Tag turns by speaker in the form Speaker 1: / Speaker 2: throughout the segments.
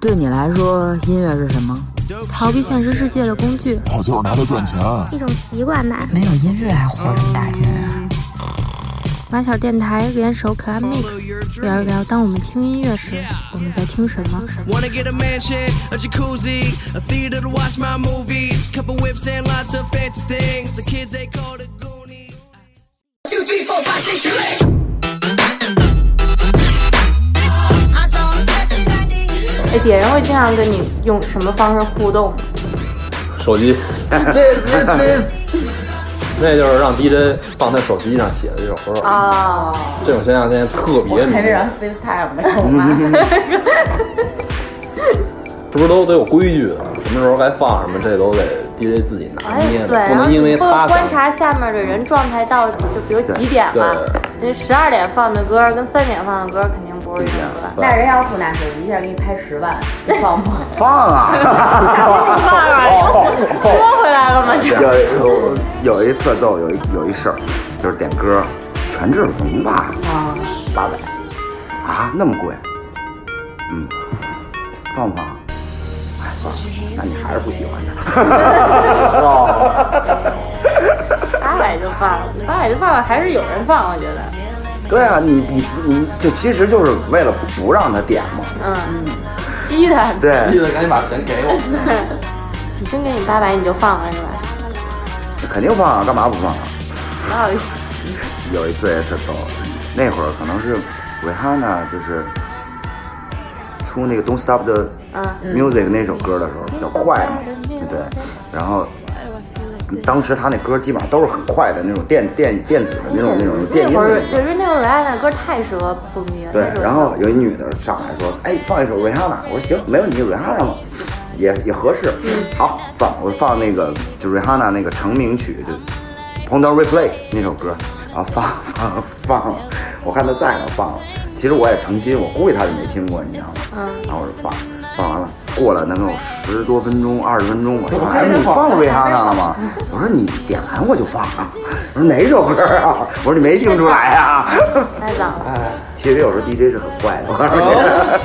Speaker 1: 对你来说，音乐是什么？逃避现实世界的工具，
Speaker 2: 我就是拿它赚钱。啊
Speaker 3: 一种习惯吧。
Speaker 1: 没有音乐还活什么大劲啊！马小电台联手 Club Mix 聊一聊，当我们听音乐时，我们在听什么？
Speaker 4: Wanna get a mansion, a jacuzzi, a theater to watch my movies, couple whips and lots of fancy things. The kids they call the Goonies. Two, three, four, five, six, two, eight.
Speaker 5: 哎，别人会经常跟你用什么方式互动？
Speaker 6: 手机。那就是让 DJ 放他手机上写的这首歌啊，
Speaker 5: 哦
Speaker 6: 这种现象现在特别明显，
Speaker 5: FaceTime 的我 妈，
Speaker 6: 是不是都得有规矩的？什么时候该放什么，这都得 DJ 自己拿
Speaker 5: 哎，
Speaker 6: 捏的，不
Speaker 5: 对，然后
Speaker 6: 能
Speaker 5: 你
Speaker 6: 因为
Speaker 5: 会
Speaker 6: 他想
Speaker 5: 观察下面的人状态到，就比如几点
Speaker 6: 对
Speaker 5: 嘛
Speaker 6: 对，
Speaker 5: 那十二点放的歌跟三点放的歌肯定不是一个。
Speaker 6: 那
Speaker 5: 人要是不拿手机，一下给你拍十万，你放吗？
Speaker 7: 放啊！
Speaker 5: 放啊！ 说回来了吗？这
Speaker 7: 有有哦有一特逗，有一有一事儿，就是点歌，权志龙吧，八百啊，那么贵，嗯，放不放？哎，算了，那你还是不喜欢 他。
Speaker 5: 八百就放了，八百就放了，还是有人放，我觉得。
Speaker 7: 对啊，你你你，这其实就是为了不让他点嘛。
Speaker 5: 嗯，激他，
Speaker 6: 记
Speaker 7: 对，
Speaker 6: 得赶紧把钱给我。
Speaker 5: 你真给你八百你就放了是吧？
Speaker 7: 肯定放啊，干嘛不放啊？
Speaker 5: 不好意思，
Speaker 7: 有一次也是走，那会儿可能是维哈娜就是出那个《Don't Stop the
Speaker 5: 嗯
Speaker 7: Music》那首歌的时候比较快嘛，对，然后。当时他那歌基本上都是很快的那种电电电子的那种那种电音
Speaker 5: 那会儿
Speaker 7: 的那
Speaker 5: 对
Speaker 7: 种，
Speaker 5: 瑞那会儿爱那歌太适合蹦迪了。
Speaker 7: 对
Speaker 5: 那时。候
Speaker 7: 然后有一女的上来说：“哎，放一首瑞哈娜。”我说：“行，没问题，瑞哈娜嘛，也也合适。”好，放我放那个就瑞哈娜那个成名曲，就《Ponder Replay》那首歌，然后放放放了，我看他在那放了。其实我也诚心，我估计他是没听过，你知道吗？然后我就放，放完了，过了能有十多分钟、二十分钟，我说：“哎，你放瑞哈娜了吗？”我说：“你点完我就放啊。”我说：“哪首歌啊？”我说：“你没听出来啊？”
Speaker 5: 太早了。
Speaker 7: 其实有时候 DJ 是很坏的，我告诉你。
Speaker 5: 哦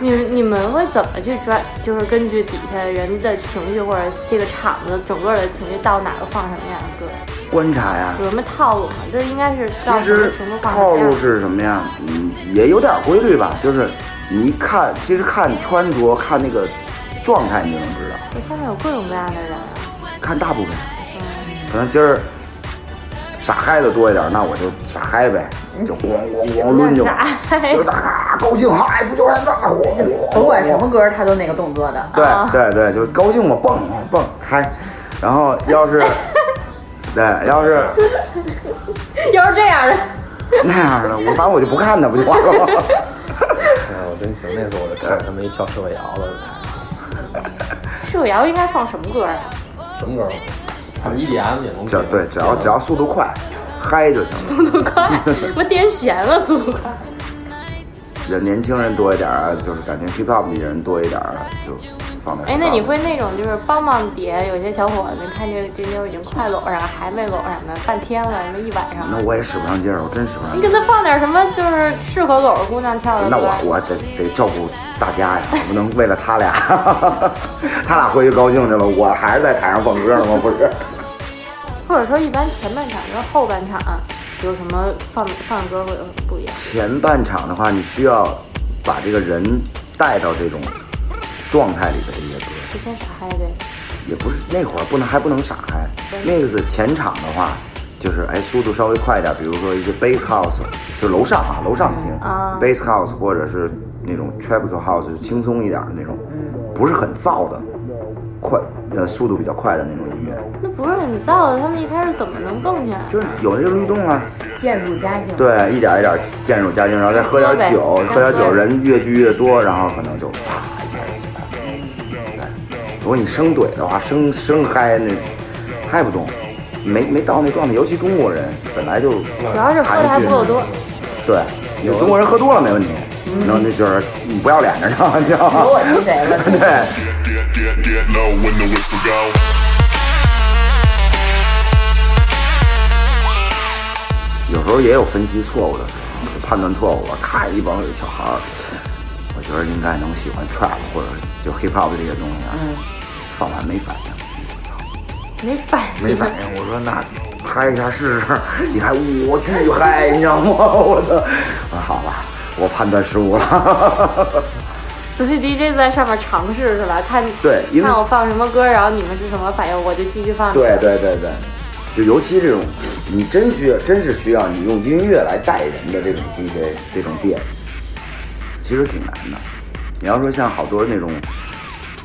Speaker 5: 你你们会怎么去抓？就是根据底下人的情绪或者这个场子整个的情绪到哪儿放什么样的歌，
Speaker 7: 观察呀，
Speaker 5: 有什么套路吗？就是应该是到
Speaker 7: 其
Speaker 5: 什么啊
Speaker 7: 实
Speaker 5: 程度放什
Speaker 7: 套
Speaker 5: 么样
Speaker 7: 路
Speaker 5: 的。
Speaker 7: 是什么呀？嗯，也有点规律吧，就是你一看，其实看穿着，看那个状态，你就能知道。
Speaker 5: 我下面有各种各样的人啊，
Speaker 7: 看大部分，可能今儿傻嗨的多一点，那我就傻嗨呗，就咣咣咣抡就
Speaker 5: 傻嗨，
Speaker 7: 就是哈高兴哈，哎不就是那个，甭管什么
Speaker 8: 歌他都那个动作的，
Speaker 7: 对对对，就是高兴嘛，蹦蹦嗨，然后要是对要是
Speaker 5: 要是这样的，
Speaker 7: 那样的，我反正我就不看他，不就完了吗？
Speaker 6: 哎，我真行，那时候我就看他们一跳社会摇了，
Speaker 5: 社摇应该放什么歌啊？
Speaker 6: 什么歌？他们 EDM 也能
Speaker 7: 只要对，只要只要速度快，嗨就行了。
Speaker 5: 速度快，我点弦了，速度快。
Speaker 7: 人年轻人多一点啊，就是感觉 hip hop 里人多一点啊，就放在。
Speaker 5: 哎，那你会那种就是帮帮别有些小伙子，你看这这妞已经快搂上了，还没搂上呢，半天了，那一晚上
Speaker 7: 那
Speaker 5: 了。
Speaker 7: 我也使不上劲儿，我真使不上
Speaker 5: 你
Speaker 7: 劲
Speaker 5: 给
Speaker 7: 儿。
Speaker 5: 他放点什么，就是适合搂着姑娘跳的歌。
Speaker 7: 那我我得得照顾大家呀，我不能为了他俩， 他俩回去高兴去了，我还是在台上放歌呢吗？不是。
Speaker 5: 或者说一般前半场跟后半场有什么放放歌会有不一样？
Speaker 7: 前半场的话，你需要把这个人带到这种状态里的这些歌，
Speaker 5: 就先傻嗨呗，
Speaker 7: 也不是那会儿不能还不能傻嗨。那个是前场的话，就是哎速度稍微快一点，比如说一些 bass house，就楼上啊楼上听、bass house 或者是那种 tropical house，就轻松一点的那种，不是很燥的，快呃速度比较快的那种音乐，
Speaker 5: 那不是很燥啊的，他们一开始怎么能蹦起来？
Speaker 7: 就是有那个律动啊，
Speaker 8: 渐入佳境。
Speaker 7: 对，一点一点渐入佳境，然后再喝点酒，
Speaker 5: 喝呗
Speaker 7: 喝点
Speaker 5: 喝
Speaker 7: 酒
Speaker 5: 呗
Speaker 7: 人越聚越多，然后可能就啪一下就起来了。对，如果你生怼的话，生生嗨那嗨不动，没没到那状态，尤其中国人本来就
Speaker 5: 主要是喝的还不够多。
Speaker 7: 对，你中国人喝多了没问题，然后那就是你不要脸着呢，你知道吗？
Speaker 8: 我是谁了？
Speaker 7: 对。
Speaker 2: Get, get, get low when the whistle go.
Speaker 6: 我
Speaker 7: 有时候也有分析错误的时候，就判断错误啊，咔一帮小孩儿，我觉得应该能喜欢 trap 或者就 hip hop 这些东西啊，放完没反应，我操，
Speaker 5: 没反应。
Speaker 7: 没反应，我说那嗨一下试试， 一嗨我巨嗨，你知道吗？ 我操，我说好吧，我判断失误了，
Speaker 5: 所以 DJ 在上面尝试是吧？看
Speaker 7: 对因为
Speaker 5: 看我放什么歌，然后你们是什么反应，我就继续放。
Speaker 7: 对对对对。就尤其这种，你真需要，真是需要你用音乐来带人的这种 DJ 这种店，其实挺难的。你要说像好多那种，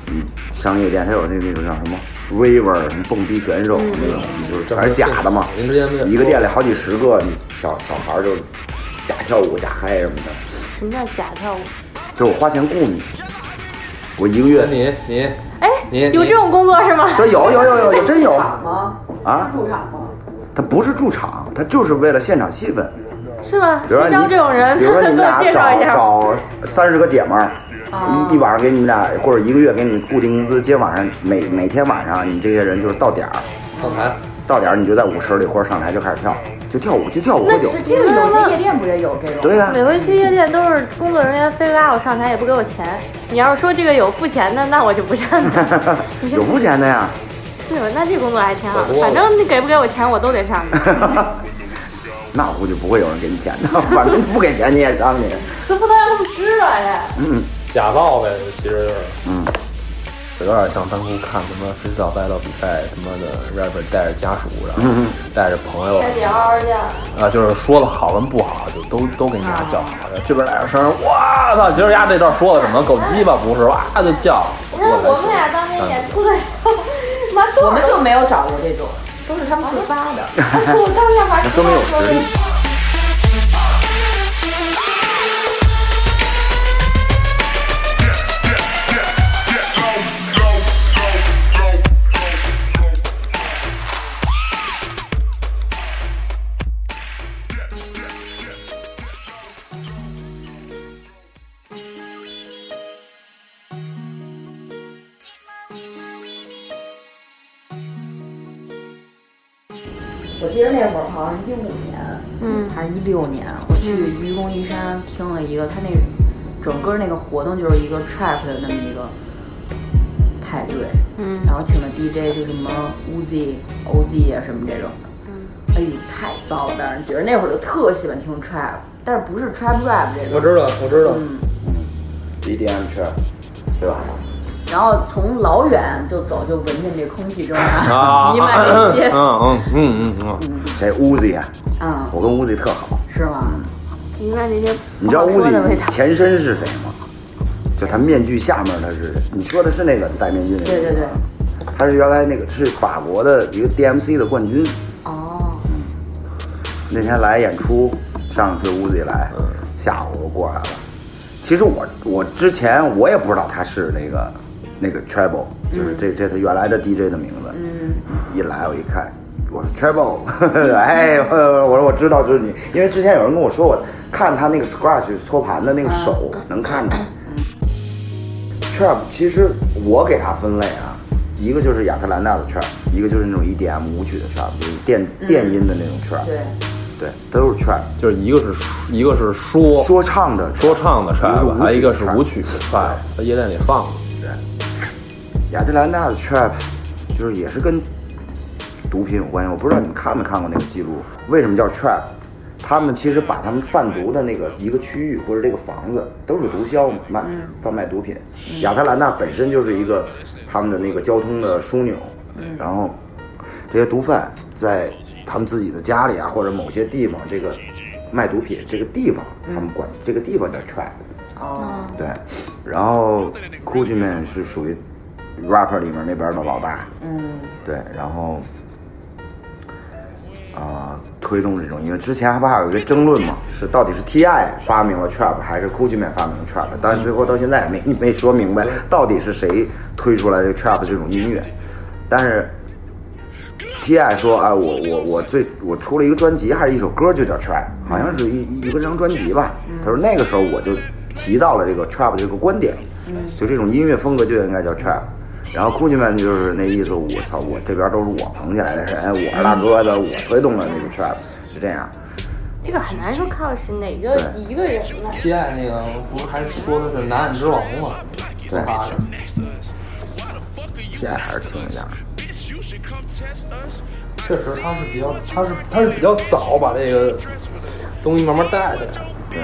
Speaker 7: 嗯，商业店，它有那那种叫什么 raver 什么蹦迪选手那种，就是全是假的嘛。
Speaker 6: 您之前不也说
Speaker 7: 一个店里好几十个，你小小孩儿就假跳舞、假嗨什么的，
Speaker 5: 什么叫假跳舞？
Speaker 7: 就是我花钱雇你，我一个月。
Speaker 6: 你你
Speaker 5: 哎
Speaker 6: 你，
Speaker 5: 有
Speaker 6: 你
Speaker 5: 这种工作是吗？
Speaker 7: 对，有有有有有，真有
Speaker 8: 场吗？
Speaker 7: 啊！
Speaker 8: 驻场吗？
Speaker 7: 它不是驻场，它就是为了现场气氛。
Speaker 5: 是吗？
Speaker 7: 比如
Speaker 5: 谁
Speaker 7: 说
Speaker 5: 招
Speaker 7: 你，
Speaker 5: 这种人？
Speaker 7: 比
Speaker 5: 能
Speaker 7: 如
Speaker 5: 不
Speaker 7: 说你
Speaker 5: 能
Speaker 7: 们
Speaker 5: 给
Speaker 7: 俩
Speaker 5: 我介绍
Speaker 7: 找
Speaker 5: 一下？
Speaker 7: 找三十个姐们儿，
Speaker 8: 啊
Speaker 7: 一一晚上给你们俩或者一个月给你们固定工资，今晚上每每天晚上你这些人就是到点儿，
Speaker 6: 上台，
Speaker 7: 到点儿你就在舞池里或者上台就开始跳，就跳舞就跳舞喝酒，
Speaker 8: 是这个有些夜店不也有这种？
Speaker 7: 对呀、
Speaker 5: 每回去夜店都是工作人员非拉我上台，也不给我钱。你要是说这个有付钱的，那我就不上台。你 先
Speaker 7: 有付钱的呀，
Speaker 5: 对吧？那这工作还挺好
Speaker 6: 可
Speaker 5: 的，
Speaker 6: 多了
Speaker 5: 反正你给不给我钱，我都得上。
Speaker 7: 那我估计不会有人给你钱的， 反正不给钱你也上去。
Speaker 5: 这不能让他们知道呀！
Speaker 6: 假造呗，其实就是，
Speaker 7: 嗯，
Speaker 6: 有点像当初看什么 freestyle battle 比赛什么的，rapper 带着家属，然后带着朋友，
Speaker 5: 你嗷嗷叫，
Speaker 6: 啊，就是说的好跟不好，就都都给你俩叫好。然后这边来个声，哇操！其实丫这段说的什么狗鸡巴不是，哇就叫。
Speaker 5: 你看我们俩当年演出的时候，妈多
Speaker 8: 我
Speaker 5: 少
Speaker 8: 们就没有找过这种，都是他们自发的。
Speaker 5: 我当时玩
Speaker 7: 那说明有实力。
Speaker 8: 我记得那会儿好像是一五年，嗯，还是一六年，我去愚公移山听了一个，他那整个那个活动就是一个 trap 的那么一个派对，嗯，然后请的 DJ 就什么 Uzi、OZ 啊什么这种的，嗯，哎呦太糟了，当时觉得那会儿就特喜欢听 trap，但是不是 trap rap 这种，
Speaker 6: 知道，我知道，
Speaker 7: BDM 圈，对吧？
Speaker 8: 然后从老远就走就闻见这空气中啊
Speaker 6: 啊，
Speaker 8: 弥漫着一些，
Speaker 6: 嗯嗯嗯嗯嗯，
Speaker 7: 谁 Uzi 啊？
Speaker 8: 嗯，
Speaker 7: 我跟 Uzi 特好，
Speaker 8: 是吗？
Speaker 5: 你看这些
Speaker 7: 你知道 Uzi 前身是谁吗？就他面具下面他是，你说的是那个戴面具那个？
Speaker 8: 对对对，
Speaker 7: 他是原来那个是法国的一个 DMC 的冠军，嗯
Speaker 8: 哦，
Speaker 7: 那天来演出，上次屋子里来，下午我过来了。其实我我之前我也不知道他是那个那个 Treble，就是这这他原来的 DJ 的名字。嗯，一来我一看，我说 Treble，哎，我我说我知道就是你，因为之前有人跟我说我看他那个 Scratch 搓盘的那个手能看着。Trap 其实我给它分类啊，一个就是亚特兰大的 Trap，一个就是那种 EDM 舞曲的 Trap，就是电电音的那种 Trap。
Speaker 8: 对，
Speaker 7: 对，都是 trap，
Speaker 6: 就是一个是说一个是说
Speaker 7: 说唱的 trap，
Speaker 6: 说唱的 trap，还有一个是舞
Speaker 7: 舞曲
Speaker 6: 曲的 trap，在夜店里放的。
Speaker 7: 的 trap。亚特兰大的 trap 就是也是跟毒品有关系，我不知道你们看没看过那个记录，为什么叫 trap？他们其实把他们贩毒的那个一个区域或者这个房子都是毒枭嘛，卖贩卖毒品。亚特兰大本身就是一个他们的那个交通的枢纽，然后这些毒贩在他们自己的家里啊，或者某些地方，这个卖毒品这个地方，他们管这个地方叫 trap。
Speaker 8: 哦，
Speaker 7: 对，然后 Gucci Man 是属于 rapper 里面那边的老大，嗯，对，然后啊、推动这种音乐，之前还不还有一个争论嘛，是到底是 TI 发明了 trap 还是 Gucci Man 发明了 trap，但是最后到现在也没没说明白到底是谁推出来这个 trap 这种音乐，但是 T.I 说：“哎，我我我最我出了一个专辑，还是一首歌，就叫 Trap，好像是一一个张专辑吧。”他说那个时候我就提到了这个 Trap 这个观点，就这种音乐风格就应该叫 Trap。然后 Gucci Man 就是那意思，我操，我这边都是我捧起来的人，我是大哥的，我推动了那个 Trap，是这样。
Speaker 5: 这个很难说靠是哪个一个人吧。
Speaker 6: T I 那个不是还说的是男的之王吗？
Speaker 7: 对
Speaker 6: 八的，
Speaker 9: 现在还是听一下。
Speaker 6: 确实他是比较，他是他是比较早把这个东西慢慢带起来的。
Speaker 7: 对，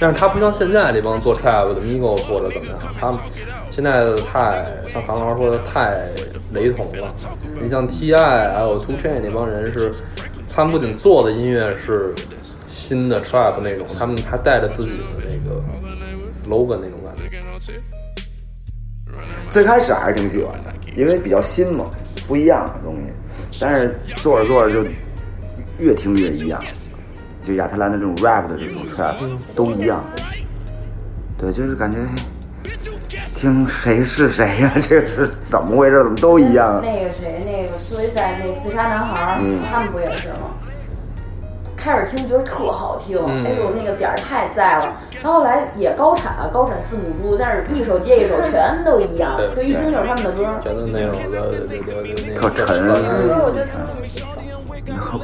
Speaker 6: 但是他不像现在这帮做 trap 的 Migo 或者怎么样，他们现在的太像唐老师说的太雷同了。你像 T I 还有 Two Chain 那帮人是，他们不仅做的音乐是新的 trap 那种，他们还带着自己的那个 slogan 那种感觉。
Speaker 7: 最开始还是挺喜欢的，因为比较新嘛，不一样的东西。但是做着做着就越听越一样，就亚特兰的这种 rap 的这种 trap 都一样。对，就是感觉哎听谁是谁呀、 这个是怎么回事？怎么都一样啊？
Speaker 8: 那个谁，那个苏维在那个自杀男孩儿，他们不也是吗？开始听觉得特好听，哎呦那个点儿太在了，然后后来也高产啊，高产四母猪，但是一首接一首全都一样，就一听就是他们的歌儿。
Speaker 6: 觉得那种的那个那
Speaker 7: 特
Speaker 6: 个
Speaker 7: 沉，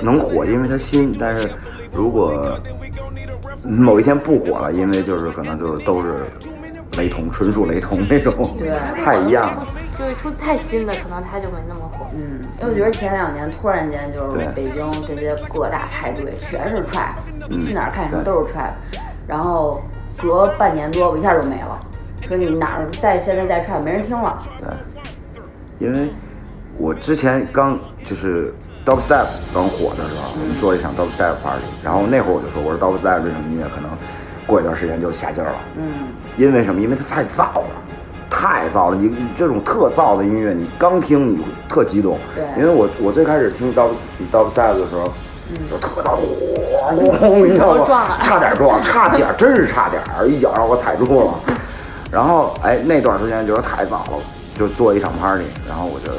Speaker 7: 能火，因为它新。但是如果某一天不火了，因为就是可能就是都是雷同，纯属雷同那种，
Speaker 8: 对
Speaker 7: 太一样了。
Speaker 5: 就是出再新的，可能他就没那么火。
Speaker 8: 嗯，因为我觉得前两年突然间就是
Speaker 7: 对
Speaker 8: 北京这些各大派对全是 trap，、去哪儿看什么都是 trap，然后隔半年多我一下就没了，说你哪儿在现在在 trap 没人听了，
Speaker 7: 因为我之前刚就是 dubstep 刚火的时候，我们做了一场 dubstep party，然后那会儿我就说，我说 dubstep 这种音乐可能过一段时间就下劲儿了。嗯，因为什么？因为它太燥了。太燥了！你你这种特燥的音乐，你刚听你会特激动。
Speaker 8: 对
Speaker 7: 因为我我最开始听 dub dubstep 的时候，就特燥，咣咣，你知道吗？
Speaker 5: 嗯撞了
Speaker 7: 差点 撞，差点，真是差点儿，一脚让我踩住了。然后哎，那段时间觉得太早了，就做一场 party，然后我觉得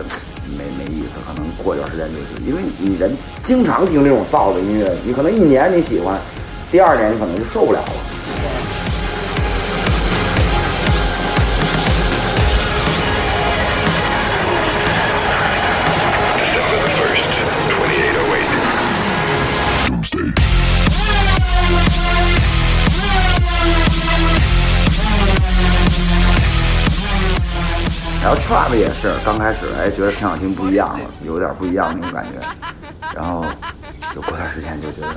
Speaker 7: 没没意思，可能过一段时间就是，因为你人经常听这种燥的音乐，你可能一年你喜欢，第二年你可能就受不了了。
Speaker 10: Doomsday.
Speaker 7: 然后 trap 也是刚开始哎觉得挺好听，不一样了，有点不一样那种感觉，然后就过段时间就觉得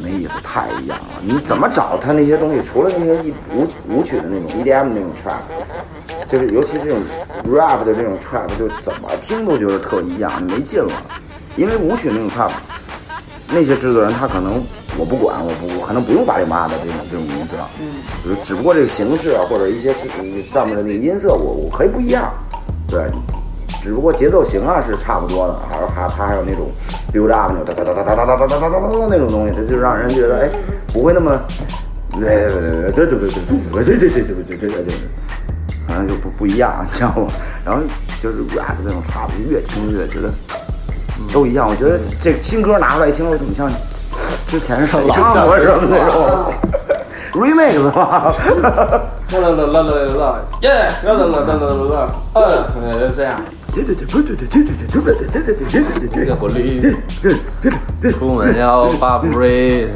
Speaker 7: 没意思，太一样了。你怎么找他那些东西？除了那些一舞舞曲的那种 EDM 那种 trap，就是尤其这种 rap 的这种 trap，就怎么听都觉得特一样，没劲了。因为舞曲那种 trap，那些制作人他可能我不管，我不我可能不用巴里妈的这种这种名字了，嗯，只不过这个形式啊或者一些嗯上面的那个音色我我可以不一样，对，只不过节奏型啊是差不多的，还有还它还有那种 build up 那种哒哒哒哒哒哒哒哒哒哒哒那种东西，它就让人觉得哎不会那么，对对对对对对对对对对对对对对。反正就不不一样，你知道吗？然后就是 rap 这种 trap，越听越觉得都一样。我觉得这新歌拿出来一听，我怎么像之前是 老唱过什么那种 remix 吧？
Speaker 6: 啦啦啦啦啦啦，耶！啦啦啦啦啦啦，嗯，就这样。
Speaker 7: 对对对对对对对对对对对对对对对
Speaker 6: 这火力，出门要发布瑞，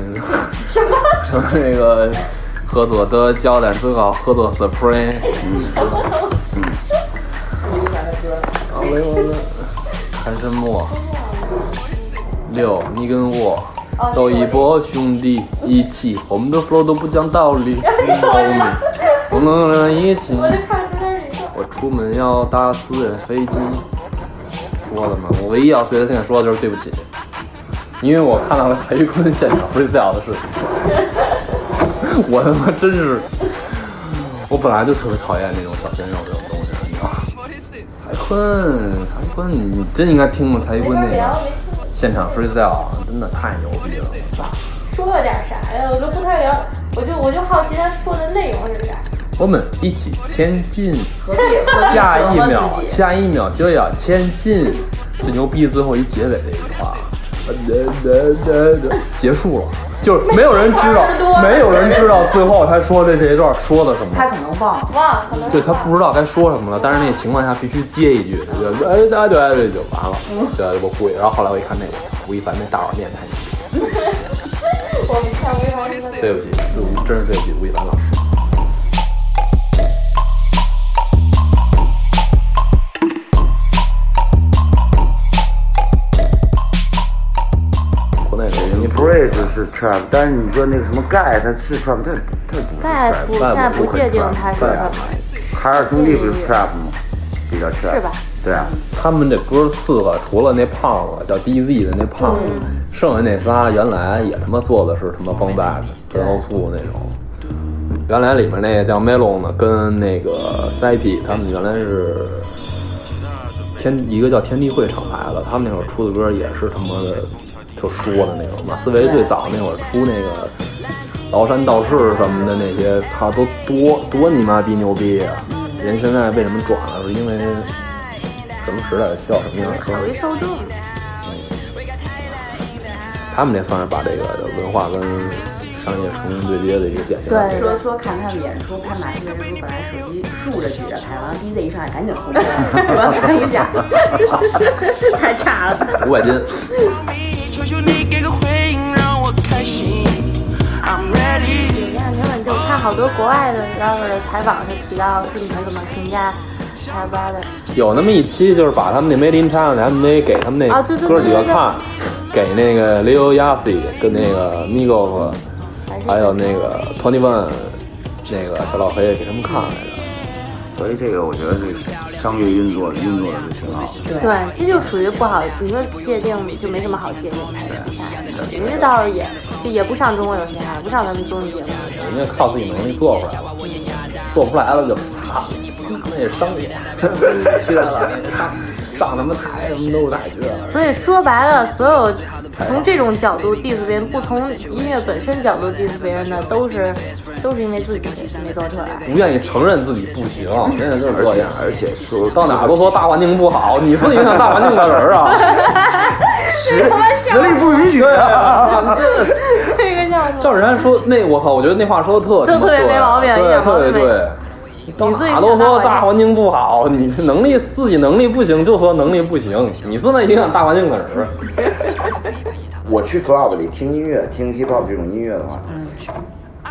Speaker 6: 什么那个合作的焦点最好合作 Supreme，嗯，嗯，韩申墨，六，你跟我。都一波兄弟一起，我们的 flow 都不讲道理，你懂你，我们一起。我出门要搭私人飞机，说了嘛，我唯一要对他现在说的就是对不起，因为我看到了蔡徐坤现场 freestyle 的视频，我他妈真是，我本来就特别讨厌那种小鲜肉这种东西，你知道吗？蔡徐坤，蔡徐坤，你真应该听听蔡徐坤那个现场 freestyle，真的太牛逼了，
Speaker 5: 说了点啥呀？我都不太了，我就我就好奇他说的内容是啥。
Speaker 6: 我们一起前进。
Speaker 8: 何必何必
Speaker 6: 下一
Speaker 8: 折磨
Speaker 6: 秒，
Speaker 8: 自己？
Speaker 6: 下一秒就要前进。最牛逼，最后一结尾这句话，呃结束了，就是没有人知道，没有人知道最后他说这这一段说的什么。
Speaker 8: 他可能忘了，
Speaker 5: 忘了，可能
Speaker 6: 对他不知道该说什么了，但是那个情况下必须接一句，就哎对对对就完了，对我故意。然后后来我一看那个，吴亦凡那大碗面太牛逼了，
Speaker 5: 我
Speaker 6: 对不起，对不起，真是对不起，吴亦凡老师。国内的
Speaker 7: 你 Bridge 是 trap，但是你说那个什么盖，它是 trap，它它不是 trap，
Speaker 5: 盖不现在不
Speaker 6: 不
Speaker 5: 界定他是
Speaker 7: 对
Speaker 5: 什
Speaker 7: 啊
Speaker 5: 么，
Speaker 7: 海尔兄弟不是 trap 吗？比较 trap
Speaker 5: 是吧？
Speaker 7: 对啊，
Speaker 6: 他们这哥四个，除了那胖子叫 DZ 的那胖子，剩下那仨原来也他妈做的是他妈帮带的跟欧素那种。原来里面那个叫 Melon 的，跟那个 CP 他们原来是天一个叫天地会厂牌的，他们那会儿出的歌也是他妈的就说的那种。马思唯最早那会儿出那个崂山道士什么的那些，操都多多你妈逼牛逼啊！人现在为什么转了？是因为什么时代需要什么样的歌？
Speaker 5: 回受众。
Speaker 6: 他们那算是把这个文化跟商业成功对接的一个典型。
Speaker 5: 对
Speaker 8: 说说看他们演出，看马思唯的时候，本来手机竖着举着拍，完了 DJ 一上来赶紧回去，我要看一下。
Speaker 5: 太差了。
Speaker 6: 五百斤，
Speaker 4: 求求你给个回应，让我开心。I'm ready。
Speaker 5: 那没问题，我看好多国外的 rapper 的采访是提到说你们怎么评价 t a b r o t h e r
Speaker 6: 有那么一期就是把他们那 Made in China 的 MV 给他们那
Speaker 5: 啊对对
Speaker 6: 哥
Speaker 5: 对
Speaker 6: 几
Speaker 5: 对
Speaker 6: 个
Speaker 5: 对
Speaker 6: 看，给那个 Leo Yassi 跟那个 Migos，
Speaker 5: 是
Speaker 6: 还有那个 Twenty One 那个小老黑给他们看来着。
Speaker 7: 所以这个我觉得这个商业运作运作的就挺好的。
Speaker 5: 对，这就属于不好，你说界定就没什么好界定的，人家倒是也就也不上中国有嘻哈，也不上咱们综艺节目，
Speaker 6: 人家靠自己能力做出来了，做不出来了就操，那也商业，去了上上他妈台什么都是大去了。
Speaker 5: 所以说白了，所有从这种角度 diss 别人，不从音乐本身角度 diss 别人的，都是都是因为自己没做出来。
Speaker 6: 不愿意承认自己不行，现在就是
Speaker 7: 而
Speaker 6: 这
Speaker 7: 且
Speaker 6: 样。
Speaker 7: 而且说
Speaker 6: 到哪儿都说大环境不好，你是影响大环境的人 啊！
Speaker 7: 实实力不允许啊！
Speaker 6: 这
Speaker 5: 那个叫什么？
Speaker 6: 照人家说那我操，我觉得那话说的特
Speaker 5: 就
Speaker 6: 他
Speaker 5: 特别
Speaker 6: 妈对
Speaker 5: 没毛病一
Speaker 6: 对，
Speaker 5: 点毛
Speaker 6: 特别
Speaker 5: 病没有
Speaker 6: 对。到
Speaker 5: 你自己
Speaker 6: 哪儿
Speaker 5: 想
Speaker 6: 都说
Speaker 5: 大环境
Speaker 6: 大环境不好，你是能力自己能力不行就说能力不行，你是那影响大环境的人。
Speaker 7: 我去 club 里听音乐，听 hip hop 这种音乐的话，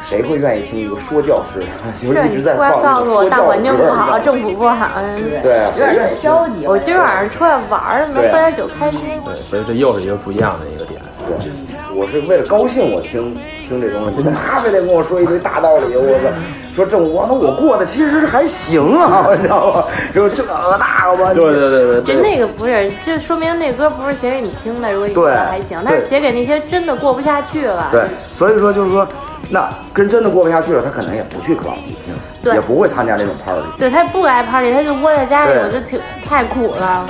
Speaker 7: 谁会愿意听一个说教式的？ 就是一直
Speaker 5: 你
Speaker 7: 在
Speaker 5: 突然
Speaker 7: 放那
Speaker 5: 告
Speaker 7: 种
Speaker 5: 诉
Speaker 7: 说
Speaker 5: 我大
Speaker 7: 教
Speaker 5: 环境
Speaker 7: 的
Speaker 5: 不
Speaker 7: 歌
Speaker 5: 好，
Speaker 7: 儿。
Speaker 5: 政府不好。嗯
Speaker 7: 对啊，
Speaker 8: 有
Speaker 7: 谁愿意
Speaker 8: 点
Speaker 7: 听
Speaker 8: 消极。
Speaker 5: 我今儿晚上出来玩儿，能喝点酒开心。
Speaker 6: 对，所以这又是一个不一样的一个点。
Speaker 7: 对，我是为了高兴，我听听这东西，他非得跟我说一堆大道理，我操！说政府那我过得其实是还行啊， 你知道吗？说这个那个吧，
Speaker 6: 对对对对
Speaker 5: 就
Speaker 6: 对，
Speaker 5: 那个不是，就说明那歌不是写给你听的，如果你觉
Speaker 7: 对
Speaker 5: 得还行，但是
Speaker 7: 对
Speaker 5: 写给那些真的过不下去了。
Speaker 7: 对，所以说就是说，那跟真的过不下去了，他可能也不去 club 里听，
Speaker 5: 对
Speaker 7: 也不会参加这种 party，
Speaker 5: 对，他不爱 party，他就窝在家里，
Speaker 7: 对
Speaker 5: 我就挺太苦了，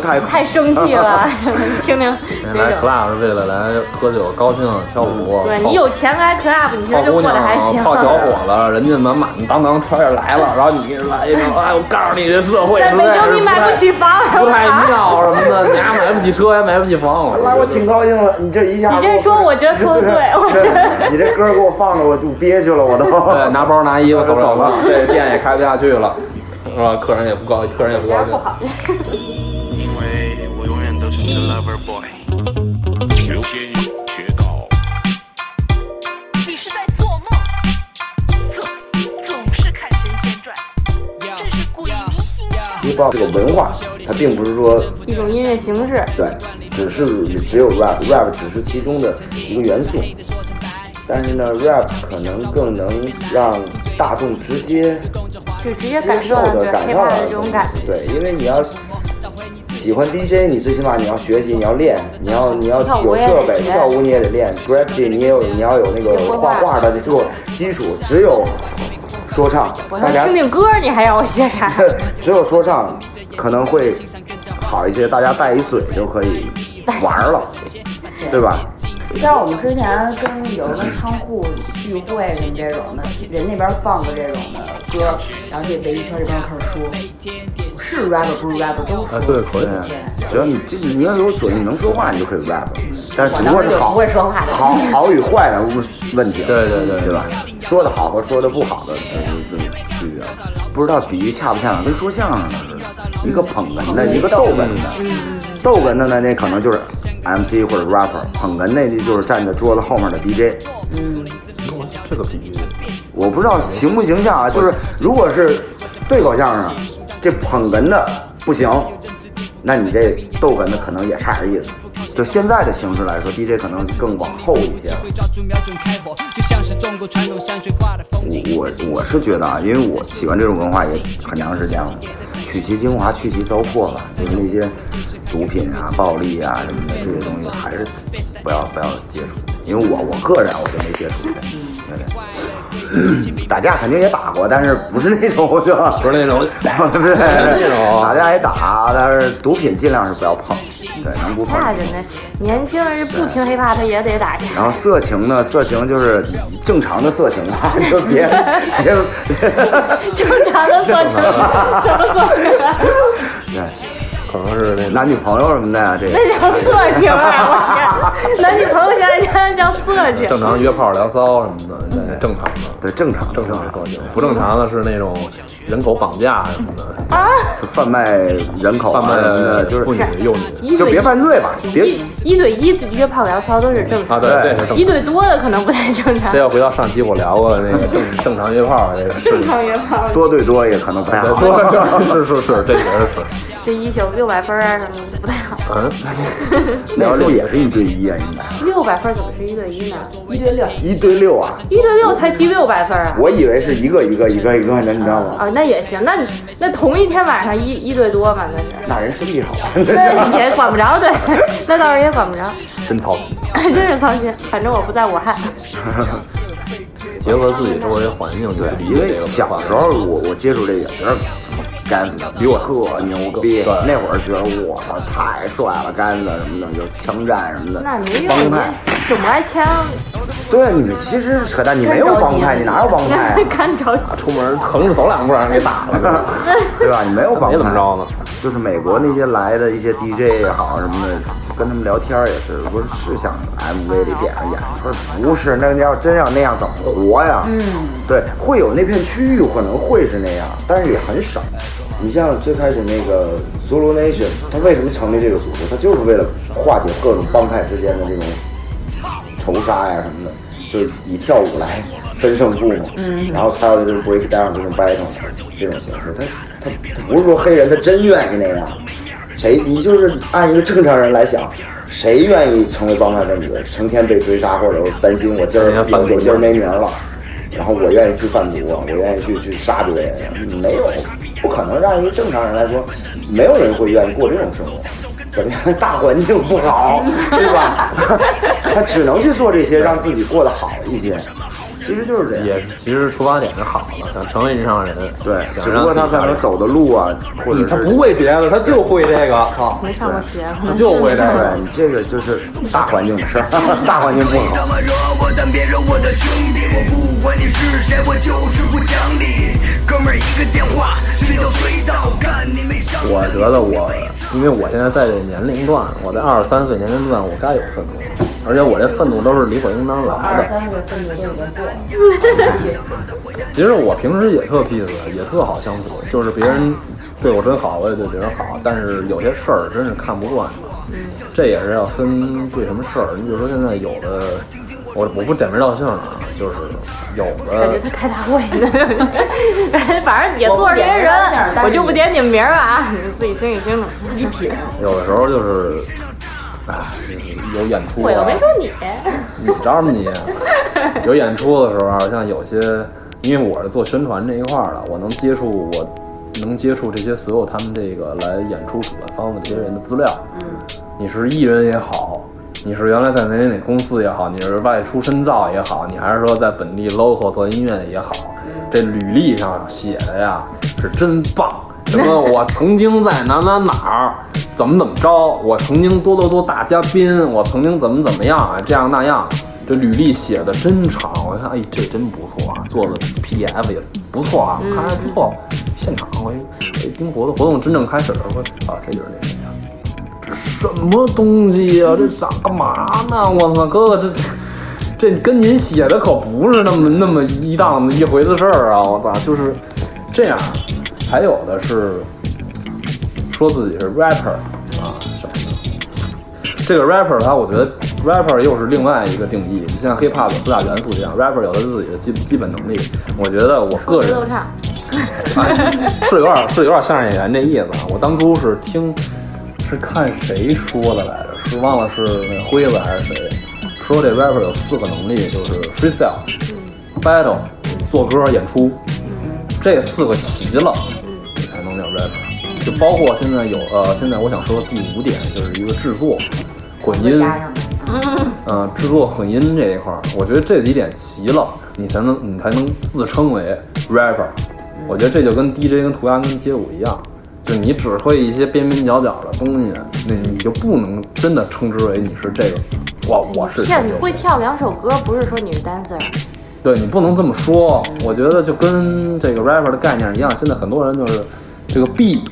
Speaker 7: 太
Speaker 5: 太生 气了，听听那
Speaker 6: 来
Speaker 5: 种。
Speaker 6: club 是为了来喝酒高兴跳舞。
Speaker 5: 对
Speaker 6: 泡
Speaker 5: 你有钱来 club，你其
Speaker 6: 泡
Speaker 5: 实就
Speaker 6: 姑
Speaker 5: 过
Speaker 6: 娘啊
Speaker 5: 得还行。
Speaker 6: 泡小 伙子，人家满满当当穿着来了，然后你来一个，哎，我告诉你，这社会
Speaker 5: 在
Speaker 6: 实
Speaker 5: 北
Speaker 6: 在
Speaker 5: 京
Speaker 6: 是
Speaker 5: 你买
Speaker 6: 太
Speaker 5: 不起房，
Speaker 6: 不太妙 什么的，你还买不起车，还买不起房。我
Speaker 7: 来，我挺高兴了，你这一下
Speaker 5: 你这说我觉得 说得对我觉得
Speaker 7: 你这歌给我放的，我就憋屈了，我都。
Speaker 6: 对，拿包拿衣服走
Speaker 7: 走
Speaker 6: 了啊
Speaker 7: 了，
Speaker 6: 这店也开不下去了，是吧？客人也不高，客人也不高兴。
Speaker 4: 因为我永远都是你的 lover boy。
Speaker 11: 你是在做梦，总总是看《神仙传》，真是鬼迷心窍。
Speaker 7: hip hop 这个文化，它并不是说
Speaker 5: 一种音乐形式。
Speaker 7: 对，只是只有 rap，rap 只是其中的一个元素。但是呢，rap 可能更能让大众直接
Speaker 5: 就直接
Speaker 7: 接
Speaker 5: 感受
Speaker 7: 受
Speaker 5: 到
Speaker 7: 的、
Speaker 5: 对
Speaker 7: 感
Speaker 5: 黑
Speaker 7: 受
Speaker 5: 怕
Speaker 7: 到
Speaker 5: 的
Speaker 7: 的
Speaker 5: 这种感觉。
Speaker 7: 对，因为你要喜欢 DJ，你最起码你要学习，你要练，你要你要
Speaker 5: 跳舞
Speaker 7: 有
Speaker 5: 也得
Speaker 7: 设备，
Speaker 5: 学
Speaker 7: 跳舞你也得练，graffiti 你也有你要有那个
Speaker 5: 有绘
Speaker 7: 画
Speaker 5: 画
Speaker 7: 画的这种基础。只有说唱，
Speaker 5: 我
Speaker 7: 大
Speaker 5: 要
Speaker 7: 家
Speaker 5: 听听歌，你还让我学啥？
Speaker 7: 只有说唱可能会好一些，大家带一嘴就可以玩了，对吧？
Speaker 8: 像我们之前跟有时候跟仓库聚会什么这种的，人那边放个这种的歌，然后这围一圈这边开始说，是 rapper 不是 rapper 都
Speaker 7: 啊
Speaker 8: 说。
Speaker 6: 哎，对，可以。
Speaker 7: 嗯只要你这你要有嘴，你能说话，你就可以 rap，但是只不过
Speaker 8: 我当时
Speaker 7: 是
Speaker 8: 就
Speaker 7: 好
Speaker 8: 不会说话的
Speaker 7: 好好与坏的问题，
Speaker 6: 对对对
Speaker 7: 对吧？说的好和说的不好的这这这区别，不知道比喻恰不恰当，跟说相声的似的，一个捧哏的，一个逗哏的，逗哏的呢，那可能就是 MC 或者 rapper，捧哏那就是站在桌子后面的 DJ，
Speaker 6: 嗯个比喻，
Speaker 7: 我不知道形不形象啊，就是如果是对口相声，这捧哏的不行，那你这逗哏的可能也差点意思。就现在的形式来说，DJ 可能更往后一些。我我我是觉得啊，因为我喜欢这种文化也很长时间了，取其精华，去其糟粕吧，就是那些毒品啊、暴力啊什么的这些东西，还是不要不要接触。因为我我个人啊我就没接触过，对对。 打架肯定也打过，但是不是那种就
Speaker 6: 不是那种
Speaker 7: 对
Speaker 6: 那种啊
Speaker 7: 打架也打，但是毒品尽量是不要碰，对，能不碰
Speaker 5: 架着呢，年轻人是不听 hiphop 他也得打架。
Speaker 7: 然后色情呢，色情就是正常的色情吧，就别别
Speaker 5: 正常的色情，什么色情？
Speaker 7: 对
Speaker 6: 可能是那
Speaker 7: 男女朋友什么的呀、这个
Speaker 5: 那叫色情啊！我天，男女朋友现在现在叫色情。
Speaker 6: 正常约炮聊骚什么的，那正常的，
Speaker 7: 对正常
Speaker 6: 正常的做就，不正常的是那种人口绑架什么的，
Speaker 7: 就贩卖人口啊
Speaker 6: 贩卖
Speaker 7: 什么的，就是
Speaker 6: 妇女幼女
Speaker 5: 一
Speaker 7: 就
Speaker 5: 对
Speaker 7: 别犯罪吧，别
Speaker 5: 一一对一约炮聊骚都是正
Speaker 6: 啊，
Speaker 5: 常，
Speaker 6: 对，
Speaker 7: 对
Speaker 6: 这是正
Speaker 5: 一
Speaker 6: 常。
Speaker 5: 对多的可能不太正常
Speaker 6: 这。
Speaker 7: 啊
Speaker 6: 要回到上期我聊过的那个正正常约炮这个事
Speaker 5: 正
Speaker 6: 情，
Speaker 5: 常约炮，
Speaker 7: 多对多也可能不太好。
Speaker 6: 对，是是是，这确实是，
Speaker 5: 这一宿六百分啊什么的不太好。
Speaker 6: 嗯，
Speaker 7: 聊六也是一对一啊，应该
Speaker 5: 六百分怎么是一对一呢？
Speaker 8: 一对六，
Speaker 7: 一对六啊，
Speaker 5: 一对六才集六百分啊！
Speaker 7: 我以为是一个一个一个一个呢，你知道吗？
Speaker 5: 啊，那也行，那那同一天晚上一一对多嘛，那是。
Speaker 7: 那人身体好，
Speaker 5: 那也管不着，对， 那倒是也管不着，
Speaker 6: 真操心。
Speaker 5: 真是操心。反正我不在武汉，
Speaker 6: 结合自己周围环境，
Speaker 7: 对
Speaker 6: 对，
Speaker 7: 因为小时候我我接触这个，觉得什么杆子比我特牛逼，那会儿觉得我操太帅了，杆子什么的，就是枪战什么的
Speaker 5: 那没，用，
Speaker 7: 帮
Speaker 5: 你
Speaker 7: 派。
Speaker 5: 怎么爱枪？
Speaker 7: 对，你们其实是扯淡，你没有帮派，你哪有帮派啊？
Speaker 5: 看着急。
Speaker 6: 出门横着走两步让人给打了，
Speaker 7: 对吧？你没有帮派，
Speaker 6: 没怎么着呢。
Speaker 7: 就是美国那些来的一些 DJ 也好什么的，跟他们聊天也是，不是是想 MV 里点上演，他说不是，那要真要那样怎么活呀？嗯，对，会有那片区域可能会是那样，但是也很少。你像最开始那个 Zulu Nation，他为什么成立这个组织？他就是为了化解各种帮派之间的这种仇杀呀什么的，就是以跳舞来分胜负嘛。嗯，然后才有的就是 break down 这种 battle 这种形式。他他他不是说黑人他真愿意那样，谁你就是按一个正常人来想，谁愿意成为帮派分子，成天被追杀，或者是担心我今儿
Speaker 6: 人家贩毒
Speaker 7: 有有今儿没名了，然后我愿意去贩毒，啊我愿意去去杀别人，没有不可能让一个正常人来说，没有人会愿意过这种生活。怎么样？大环境不好，对吧？他只能去做这些，让自己过得好一些。其实就是这样，
Speaker 6: 也其实出发点是好的，想成为这样人，
Speaker 7: 对，
Speaker 6: 想
Speaker 7: 只不过
Speaker 6: 让
Speaker 7: 他可能走的路啊，或者
Speaker 6: 嗯他
Speaker 7: 是
Speaker 6: 不会别的，他就会这个，操，
Speaker 5: 没上过学，
Speaker 6: 他就会这个
Speaker 7: 对，你哎这个就是大环境的事儿， 大环境不好。
Speaker 4: 惹我，但别惹我的兄弟。我不管你是谁，我就是不讲理。哥们儿一个电话，随叫随到，干你没上。
Speaker 6: 我觉得我，因为我现在在这年龄段，我在二十三岁年龄段，我该有愤怒，而且我这愤怒都是理所应当来的。
Speaker 8: 三个分别都已经过了。
Speaker 6: 其实我平时也特 peace，也特好相处，就是别人对我真好，我也对别人好。但是有些事儿真是看不惯，这也是要分对什么事儿。你比如说现在有的，我我不点名道姓啊，就是有
Speaker 5: 感觉
Speaker 6: 的
Speaker 5: 他开大会呢。反正也坐着这些人，我就不点你们名儿了啊，你们自己清理清楚。
Speaker 6: 有的时候就是，哎，有演出、啊，
Speaker 5: 我又没说你，
Speaker 6: 你着吗你？有演出的时候，像有些，因为我是做宣传这一块儿的，我能接触我能接触这些所有他们这个来演出主办方的这些人的资料。嗯，你是艺人也好，你是原来在哪哪哪公司也好，你是外出深造也好，你还是说在本地 local 做音乐也好，这履历上写的呀是真棒。什么？我曾经在哪哪哪儿怎么怎么着？我曾经多多多大嘉宾，我曾经怎么怎么样啊？这样那样，这履历写的真长。我看，哎，这真不错啊，做的 PDF 也不错啊，看着还不错。现场我一我一盯活动，活动真正开始的时候，我啊，这就是那谁啊？这什么东西呀、这咋干嘛呢？我操，哥哥这。这这跟您写的可不是那么那么一档子一回的事儿啊！我操，就是这样。还有的是说自己是 rapper 啊什么的，这个 rapper 他我觉得 rapper 又是另外一个定义，就像 hip hop 有四大元素一样，rapper 有他自己的基基本能力。我觉得我个人
Speaker 5: 说不溜畅，
Speaker 6: 哎是有点是有点相声演员那意思啊。我当初是听是看谁说的来着，是忘了是那辉子还是谁说这 rapper 有四个能力，就是 freestyle、battle、做歌、演出，这四个齐了，你才能叫 rapper。就包括现在有呃，现在我想说的第五点就是一个制作混
Speaker 8: 又
Speaker 6: 音，
Speaker 8: 加上了。
Speaker 6: 呃，制作混音这一块儿，我觉得这几点齐了，你才能你才能自称为 rapper。我觉得这就跟 DJ 跟涂鸦跟街舞一样，就你只会一些边边角角的东西，那你就不能真的称之为你是这个。我我是
Speaker 5: 跳
Speaker 6: 这
Speaker 5: 你
Speaker 6: 个
Speaker 5: 会跳两首歌，不是说你是 dancer。
Speaker 6: 对你不能这么说，我觉得就跟这个 rapper 的概念一样，现在很多人就是这个 B。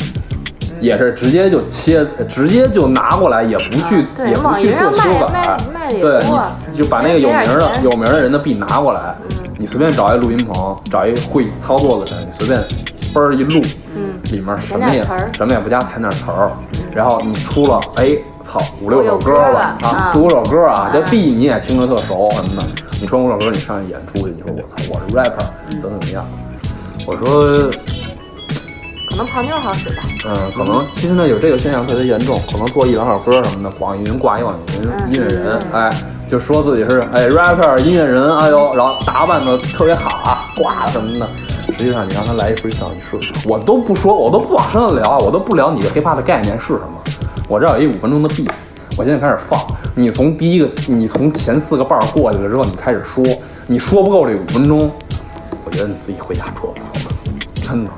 Speaker 6: 也是直接就切，直接接就拿过来，也不去，
Speaker 5: 啊对
Speaker 6: 也不去做修
Speaker 5: 网
Speaker 6: 改
Speaker 5: 上卖卖卖，也
Speaker 6: 对，
Speaker 5: 多
Speaker 6: 你就把那个有名
Speaker 5: 有
Speaker 6: 的
Speaker 5: 点、钱嗯
Speaker 6: 有名的人的币拿过来，你随便找一录音棚，找一会操作的人，你随便嘣儿一录，嗯，里面什么也
Speaker 5: 填点词儿嗯
Speaker 6: 什么也不加，填点词儿，然后你出了，哎，操，五六首
Speaker 5: 五六
Speaker 6: 歌
Speaker 5: 歌
Speaker 6: 吧
Speaker 5: 吧，
Speaker 6: 啊，
Speaker 5: 啊
Speaker 6: 四五首歌啊，这 B 你也听着特熟什么的，你说五首歌，你上去演出去，你说我操，我是 rapper，怎么怎么样？我说
Speaker 5: 可能泡妞好使吧，
Speaker 6: 嗯，可能现在有这个现象特别严重，可能做一两首歌什么的，网易云挂一网易云音乐人，哎，就说自己是哎 rapper 音乐人，哎呦，然后打扮的特别卡，挂什么的。实际上，你让他来一 freestyle，你试试。我都不说，我都不往深了聊，啊我都不聊你这 hiphop 的概念是什么。我这儿有一五分钟的 B，我现在开始放。你从第一个，你从前四个半儿过去了之后，你开始说，你说不够这五分钟，我觉得你自己回家琢磨琢磨，真的。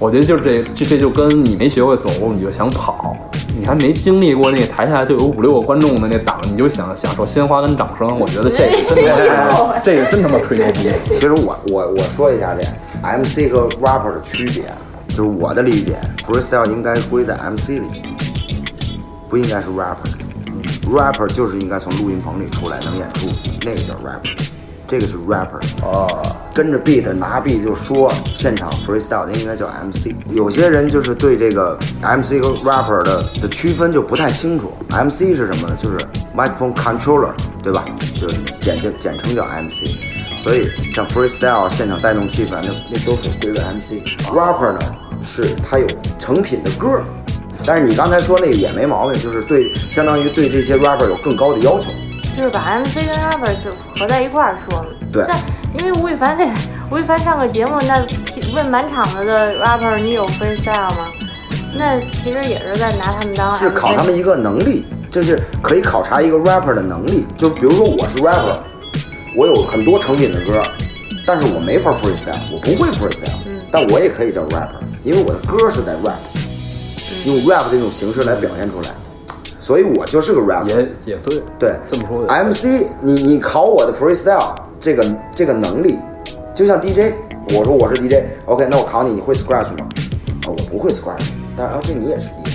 Speaker 6: 我觉得就是这这这就跟你没学会走路，你就想跑，你还没经历过那台下就有五六个观众的那档，你就想享受鲜花跟掌声。我觉得这个真
Speaker 7: 哎
Speaker 6: 他妈，这个真他妈吹牛逼。
Speaker 7: 其实我我我说一下这 MC 和 rapper 的区别，就是我的理解，freestyle 应该归在 MC 里，不应该是 rapper。rapper 就是应该从录音棚里出来能演出，那个叫 rapper，这个是 rapper。
Speaker 6: 啊，
Speaker 7: 跟着 beat 拿 beat 就说，现场 freestyle 的应该叫 MC。有些人就是对这个 MC 和 rapper 的的区分就不太清楚。MC 是什么呢？就是 microphone controller，对吧？就是简简简称叫 MC。所以像 freestyle 现场带动气氛，那那都是归为 MC。rapper 呢，是他有成品的歌。但是你刚才说那个也没毛病，就是对相当于对这些 rapper 有更高的要求。
Speaker 5: 就是把 MC 跟 rapper 就合在一块儿说嘛。
Speaker 7: 对
Speaker 5: 但因为吴亦凡这个，吴亦凡上个节目，那问满场子的 rapper 你有 freestyle 吗？那其实也是在拿他们当
Speaker 7: 是考
Speaker 5: MC
Speaker 7: 他们一个能力，就是可以考察一个 rapper 的能力。就比如说我是 rapper，我有很多成品的歌，但是我没法 freestyle，我不会 freestyle，、但
Speaker 5: 嗯
Speaker 7: 我也可以叫 rapper，因为我的歌是在 rap，用
Speaker 5: 嗯
Speaker 7: rap 这种形式来表现出来，所以我就是个 rapper。
Speaker 6: 也也对，
Speaker 7: 对，
Speaker 6: 这么说也
Speaker 7: MC，你你考我的 freestyle 这个这个能力，就像 DJ，我说我是 DJ，OK，、那我考你，你会 scratch 吗？啊，我不会 scratch，但是 OK，你也是 DJ。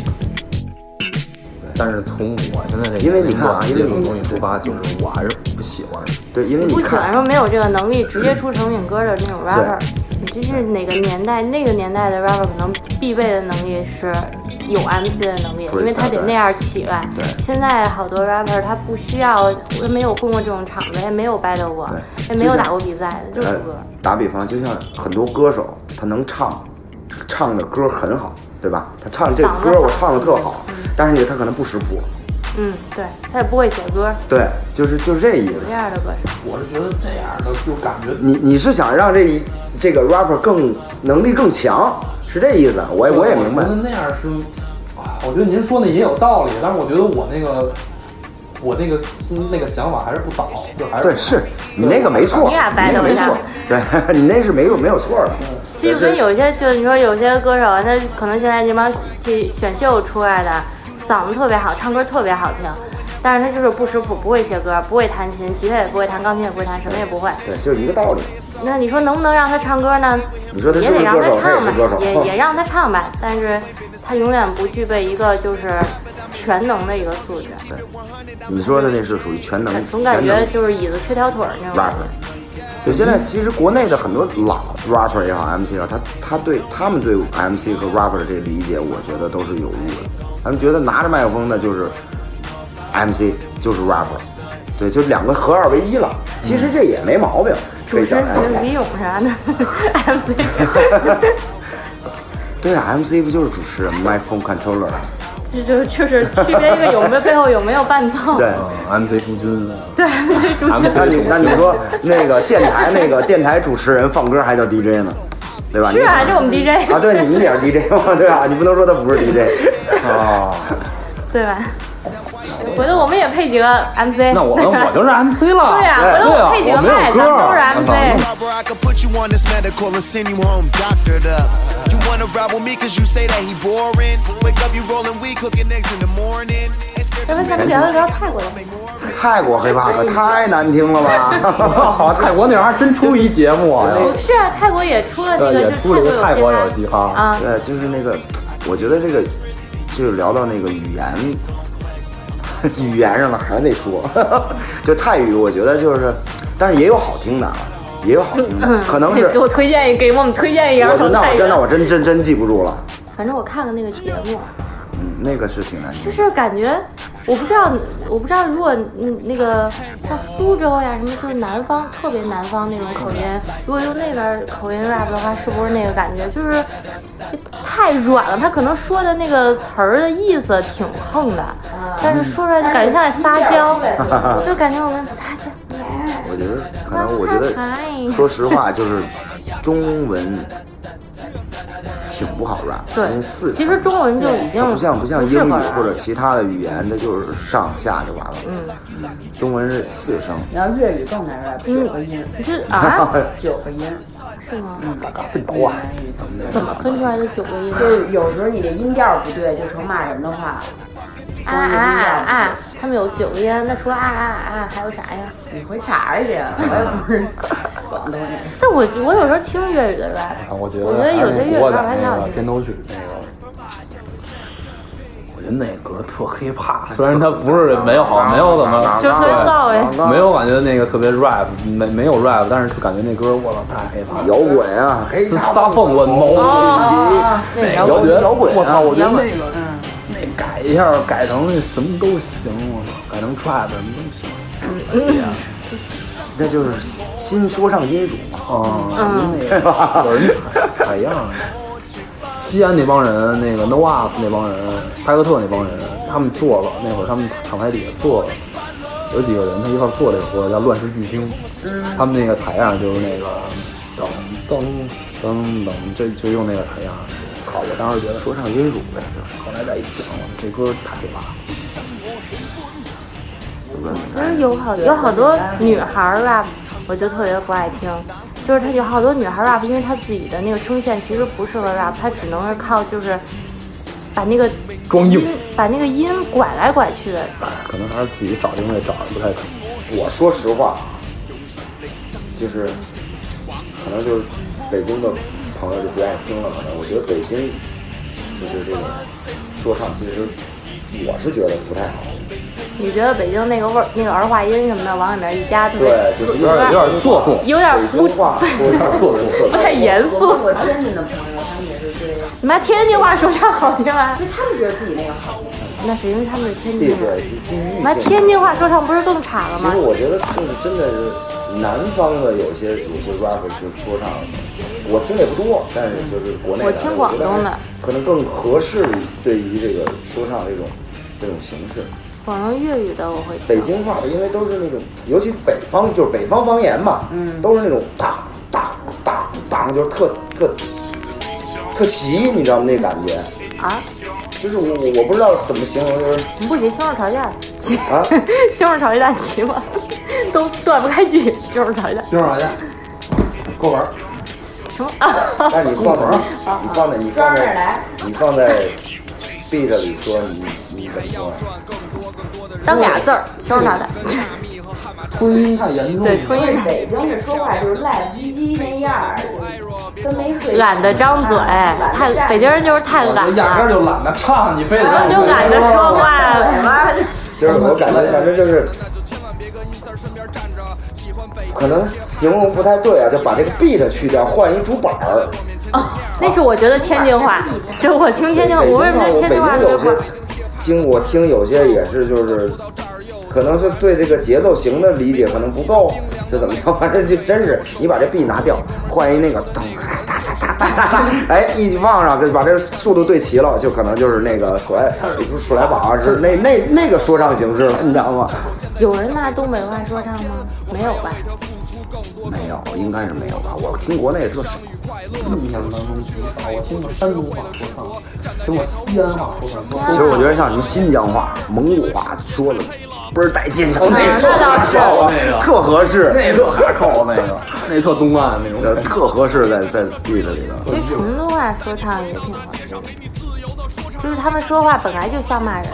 Speaker 6: 但是从我现在这个
Speaker 7: 因为你看啊
Speaker 6: 这
Speaker 7: 因为你
Speaker 6: 种东西出发，就是我还是不喜欢。
Speaker 7: 对，因为你
Speaker 5: 不喜
Speaker 7: 看，
Speaker 5: 欢说没有这个能力，直接出成品歌的那种 rapper，你这是哪个年代？那个年代的 rapper 可能必备的能力是有 MC 的能力，因为他得那样起来。
Speaker 7: 对
Speaker 5: 现在好多 rapper 他不需要，他没有混过这种场子，也没有 battle 过，也
Speaker 7: 对
Speaker 5: 没有
Speaker 7: 就像
Speaker 5: 打过比赛，就出
Speaker 7: 呃
Speaker 5: 歌。，
Speaker 7: 打比方，就像很多歌手，他能唱，唱的歌很好，对吧？他唱这个
Speaker 5: 嗓子
Speaker 7: 歌
Speaker 5: 好
Speaker 7: 我唱的特好，但是呢，他可能不识谱，
Speaker 5: 嗯，对他也不会写歌，
Speaker 7: 对，就是就是这意思。
Speaker 5: 这样的歌手。
Speaker 6: 我是觉得这样的就感觉
Speaker 7: 你你是想让这一这个 rapper 更能力更强，是这意思？我也我也明白
Speaker 6: 觉。得那样是，啊我觉得您说那也有道理，但是我觉得我那个，我那个心那个想法还是不倒，就还是
Speaker 7: 对，是你那个没错，
Speaker 5: 你俩
Speaker 7: 你
Speaker 5: 掰
Speaker 7: 那
Speaker 5: 扯
Speaker 7: 没
Speaker 5: 一
Speaker 7: 错
Speaker 5: 下，嗯
Speaker 7: 对 你那是没有没有错的。
Speaker 5: 这就跟有些，就你说有些歌手，啊他可能现在这帮这选秀出来的，嗓子特别好，唱歌特别好听，但是他就是不识谱，不会写歌，不会弹琴，吉他也不会弹，钢琴也不会弹，什么也不会。
Speaker 7: 对，就是一个道理。
Speaker 5: 那你说能不能让他唱歌呢？
Speaker 7: 你说他
Speaker 5: 也
Speaker 7: 是不是
Speaker 5: 得让
Speaker 7: 歌
Speaker 5: 他
Speaker 7: 手？他也
Speaker 5: 唱
Speaker 7: 是歌手哦
Speaker 5: 吧，，也也让他唱吧，但是他永远不具备一个就是全能的一个素质，
Speaker 7: 你说的那是属于全能，
Speaker 5: 总感
Speaker 7: 全能
Speaker 5: 觉就是椅子缺条腿儿那种感
Speaker 7: rapper
Speaker 5: 觉。。
Speaker 7: 就现在，其实国内的很多老 rapper 也好，MC 也好，他他对他们对 MC 和 rapper 的这个理解，我觉得都是有误的。他们觉得拿着麦克风的就是 MC，就是 rapper，对，就两个合二为一了。其实这也没毛病，
Speaker 5: 嗯主
Speaker 7: 这
Speaker 5: 持
Speaker 7: 叫
Speaker 5: 人
Speaker 7: MC
Speaker 5: 李咏啥的 ，MC
Speaker 7: 对啊，MC 不就是主持人 microphone controller 吗？
Speaker 5: 这 就就是区别一个有没有背后有没有伴奏，
Speaker 7: 对，
Speaker 6: 嗯，MC 朱军，
Speaker 5: 对，这哦主持人
Speaker 7: 那你那你说那个电台那个电台主持人放歌还叫 DJ 呢，对吧？
Speaker 5: 是啊，
Speaker 7: 你
Speaker 5: 这我们 DJ
Speaker 7: 啊，对，你们也是 DJ 嘛，对吧？你不能说他不是 DJ 哦，
Speaker 5: 对吧？回头我们也配几个 MC，
Speaker 6: 那我
Speaker 5: 对吧
Speaker 6: 我就是 MC 了，
Speaker 5: 啊 对呀
Speaker 6: 对
Speaker 5: 回头
Speaker 6: 呀
Speaker 5: 我配几
Speaker 6: 我
Speaker 5: 个
Speaker 6: 没有
Speaker 5: 麦，
Speaker 6: 歌
Speaker 5: 咱
Speaker 6: 儿
Speaker 5: 们都是 MC。
Speaker 4: Barbara, I could put you on this medical or send you home doctored up. You wanna ride with me cause you say that he boring. Wake up, you rolling weed, cooking eggs in the morning. It's
Speaker 5: 要不咱们聊一聊泰国的？
Speaker 7: 泰国黑怕可太难听了 吧？
Speaker 6: 好，泰国那玩意儿真出一节目啊！
Speaker 7: 那
Speaker 5: 是啊，泰国也出了那
Speaker 6: 呃
Speaker 5: 个，
Speaker 6: 也
Speaker 5: 就是
Speaker 6: 出了一个
Speaker 5: 泰
Speaker 6: 泰国
Speaker 5: 国
Speaker 6: 有嘻
Speaker 5: 嘻
Speaker 6: 哈
Speaker 5: 啊，
Speaker 7: 对，呃就是那个，我觉得这个就是聊到那个语言 语言上了，还得说， 就泰语，我觉得就是，但是也有好听的，啊，也嗯 有好听的，可能是
Speaker 5: 给我推荐一，给我们推荐一
Speaker 7: 我
Speaker 5: 二首
Speaker 7: 那
Speaker 5: 泰
Speaker 7: 我
Speaker 5: 语。
Speaker 7: 真的我真真真记不住了，
Speaker 5: 反正我看了那个节目，
Speaker 7: 嗯，那个是挺难听
Speaker 5: 就
Speaker 7: 的。
Speaker 5: 是感觉，我不知道，我不知道，如果那那个像苏州呀什么，就是南方特别南方那种口音，如果用那边口音 rap 的话，是不是那个感觉？就是哎太软了，他可能说的那个词儿的意思挺横的，但是说出来就感觉像在撒娇，就感觉我们撒娇。啊
Speaker 7: 我觉得可能，我觉得说实话，就是中文挺不好 rap，
Speaker 5: 对
Speaker 7: 因为四
Speaker 5: 其实中文就已经
Speaker 7: 它不像不像英
Speaker 5: 适
Speaker 7: 语
Speaker 5: 合了
Speaker 7: 或者其他的语言，它就是上下就完了。嗯，中文是四声，
Speaker 8: 然后粤语更难 rap，九个音，
Speaker 5: 这 啊，
Speaker 8: 九个音，
Speaker 5: 是吗？
Speaker 8: 哇，
Speaker 5: 怎么分出来的九个音？
Speaker 8: 就是有时候你这音调不对，就成骂人的话。
Speaker 5: 啊啊啊！啊！他们有九个音，那除了啊啊啊，还有啥呀？
Speaker 8: 你回查去，啊 我也不是广东人。
Speaker 5: 但我我有时候听粤语的 rap，
Speaker 6: 哎我觉
Speaker 5: 我觉得有些粤语
Speaker 6: 我
Speaker 5: rap 还挺好
Speaker 6: 那个
Speaker 5: 听的。
Speaker 6: 片头曲那个，我觉得那歌特黑怕， 虽然它不是没有好没有怎 么
Speaker 5: 就是特别燥哎，
Speaker 6: 没有感觉那个特别 rap，没没有 rap，但是就感觉那歌我操太黑怕了，
Speaker 7: 摇滚啊，可以
Speaker 6: 是撒疯了毛，
Speaker 7: 摇
Speaker 6: 我觉
Speaker 7: 滚
Speaker 6: 得
Speaker 7: 摇滚啊，
Speaker 6: 我操，我觉得那个
Speaker 5: 嗯
Speaker 6: 那改一下改成那什么都行，我操，改成 trap 什么都行。
Speaker 7: 那就是新新说唱金属嘛。
Speaker 6: 哦，那个有人采采样儿。西安那帮人，那个 No Us 那帮人，派克特那帮人，他们做了那会儿，他们厂牌底下做了，有几个人他一块儿做这个活儿叫《乱世巨星》，他们那个采样就是那个噔噔噔噔，这就用那个采样。操！我当时觉得，
Speaker 7: 说唱金属呗，就是
Speaker 6: 后来再一想，我们这歌太黑怕了。
Speaker 5: 不是有好有好多女孩儿 rap，我就特别不爱听。就是她有好多女孩儿 rap，因为她自己的那个声线其实不适合 rap，她只能是靠就是 把那个
Speaker 6: 装硬
Speaker 5: 音把那个音拐来拐去的。
Speaker 6: 哎，可能还是自己找定位找的不太准。
Speaker 7: 我说实话啊，就是可能就是北京的朋友就不爱听了，可能我觉得北京就是这个说唱，其实我是觉得不太好。
Speaker 5: 你觉得北京那个味儿，那个儿化音什么的往里面一加，特别
Speaker 7: 对，就是有点
Speaker 6: 有点做作
Speaker 5: 有点
Speaker 7: 北
Speaker 5: 不
Speaker 7: 京话说唱做
Speaker 5: 不
Speaker 7: 作。
Speaker 5: 太严
Speaker 8: 我
Speaker 5: 肃。
Speaker 8: 我天津的朋友，他们也是对，
Speaker 5: 你妈天津话说唱好听啊？
Speaker 8: 就他们觉得自己那个好。
Speaker 5: 那是因为他们是天
Speaker 7: 这
Speaker 5: 津
Speaker 7: 个
Speaker 5: 人。
Speaker 7: 地
Speaker 5: 你妈
Speaker 7: 域性，
Speaker 5: 天津话说唱不是更差了
Speaker 7: 其
Speaker 5: 吗
Speaker 7: 实？我觉得就是真的是南方的有些有些 rapper 就是说唱，我听的也不多，但是就是国内的，
Speaker 5: 我听广东的
Speaker 7: 我觉得还可能更合适于对于这个说唱这种这种形式。
Speaker 5: 广东粤语的我会
Speaker 7: 北京话的，因为都是那种，尤其北方就是北方方言嘛，嗯，都是那种当当当当，就是特特特齐，你知道吗？那感觉
Speaker 5: 啊，
Speaker 7: 就是我我我不知道怎么形容，就是
Speaker 5: 不许西红柿炒鸡蛋，
Speaker 7: 啊，
Speaker 5: 西红柿炒鸡蛋齐吗？都断不开句，西红柿炒鸡蛋
Speaker 6: 听会儿去，够玩儿。
Speaker 5: 什么啊？
Speaker 7: 但是你放在你放在你放在你放在 beat 里说，你你怎么说呀？
Speaker 5: 当俩字儿，西红柿炒鸡蛋。
Speaker 6: 吞太严重了。
Speaker 5: 对，吞咽
Speaker 8: 北京这说话就是赖唧唧那样儿，跟没睡醒
Speaker 5: 懒得 张嘴，太北京人就是太
Speaker 6: 我
Speaker 5: 懒
Speaker 6: 就压根儿
Speaker 5: 了，
Speaker 6: 就懒得唱，你非得
Speaker 5: 然
Speaker 6: 让
Speaker 5: 后
Speaker 6: 我
Speaker 5: 就懒得说话了。
Speaker 8: 妈
Speaker 7: 就是我感觉，反正就是，可能形容不太对啊，就把这个 beat 去掉，换一主板儿。
Speaker 5: 那是我觉得天津话，这我听天津话，
Speaker 7: 北京
Speaker 5: 我
Speaker 7: 话
Speaker 5: 为什么觉
Speaker 7: 我
Speaker 5: 得天
Speaker 7: 北
Speaker 5: 津话
Speaker 7: 京
Speaker 5: 特别
Speaker 7: 有
Speaker 5: 好
Speaker 7: 些？听我听有些也是就是可能是对这个节奏型的理解可能不够，是怎么样？反正就真是你把这 B 拿掉，换一那个咚哒哒哒哒哒哒，哎，一放上，就把这速度对齐了，就可能就是那个数来数来宝啊，是那那那个说唱形式了，你知道吗？
Speaker 5: 有人拿东北话说唱吗？没有吧？
Speaker 7: 没有，应该是没有吧？我听国内也特少。
Speaker 6: 印象当中极少，我听过山东话说唱，听过西安话说唱，
Speaker 7: 其实我觉得像什么新疆话、蒙古话说的倍儿带劲，头那
Speaker 5: 啊哦那倒是
Speaker 7: 个特合适，
Speaker 6: 那特哈扣那个，那特东岸那种
Speaker 7: 呃特合适在在地子里头。
Speaker 5: 其实成都话说唱也挺合适的，就是他们说话本来就像骂人，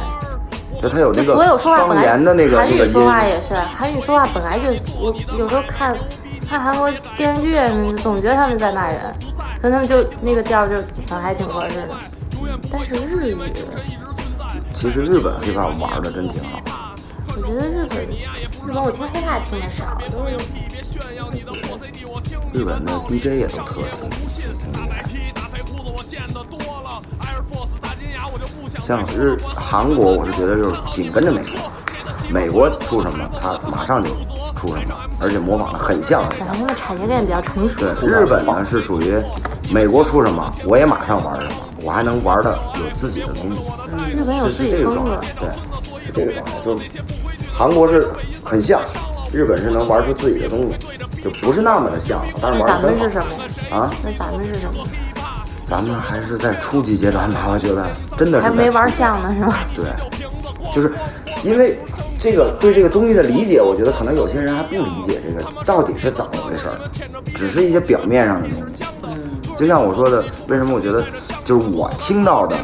Speaker 7: 就他有
Speaker 5: 就
Speaker 7: 那
Speaker 5: 所有
Speaker 7: 个
Speaker 5: 说话本
Speaker 7: 方
Speaker 5: 来
Speaker 7: 言的那个
Speaker 5: 韩
Speaker 7: 那个
Speaker 5: 语说话
Speaker 7: 音，
Speaker 5: 也是，啊韩语说话本来就我有时候看看韩国电视剧，总觉得他们在骂人，所以他们就那个调儿就本来挺合适的。但是日语，
Speaker 7: 其实日本这块玩的真挺好。
Speaker 5: 我觉得日本日本我听黑怕听的少，都是
Speaker 7: 日本的 DJ 也都特挺挺厉害。像日韩国，我是觉得就是紧跟着美国，美国出什么，他马上就出什么，而且模仿的很像很
Speaker 5: 感
Speaker 7: 像
Speaker 5: 觉。他们产业链比较成熟
Speaker 7: 对。，日本呢是属于美国出什么，我也马上玩什么，我还能玩的有自己的东西，
Speaker 5: 日本有
Speaker 7: 是
Speaker 5: 自
Speaker 7: 是
Speaker 5: 己
Speaker 7: 这个
Speaker 5: 风
Speaker 7: 状
Speaker 5: 格
Speaker 7: 态，，对，是这个状态。就韩国是很像，日本是能玩出自己的东西，就不是那么的像，但是
Speaker 5: 那
Speaker 7: 玩的
Speaker 5: 咱们
Speaker 7: 很
Speaker 5: 是
Speaker 7: 好
Speaker 5: 什么呀？
Speaker 7: 啊。
Speaker 5: 那咱们是什么？
Speaker 7: 咱们还是在初级阶段吧，我觉得真的是
Speaker 5: 还
Speaker 7: 在
Speaker 5: 没玩
Speaker 7: 初级
Speaker 5: 像呢是 吗？
Speaker 7: 对，就是因为这个对这个东西的理解，我觉得可能有些人还不理解这个到底是怎么回事儿，只是一些表面上的东西。就像我说的，为什么我觉得就是我听到的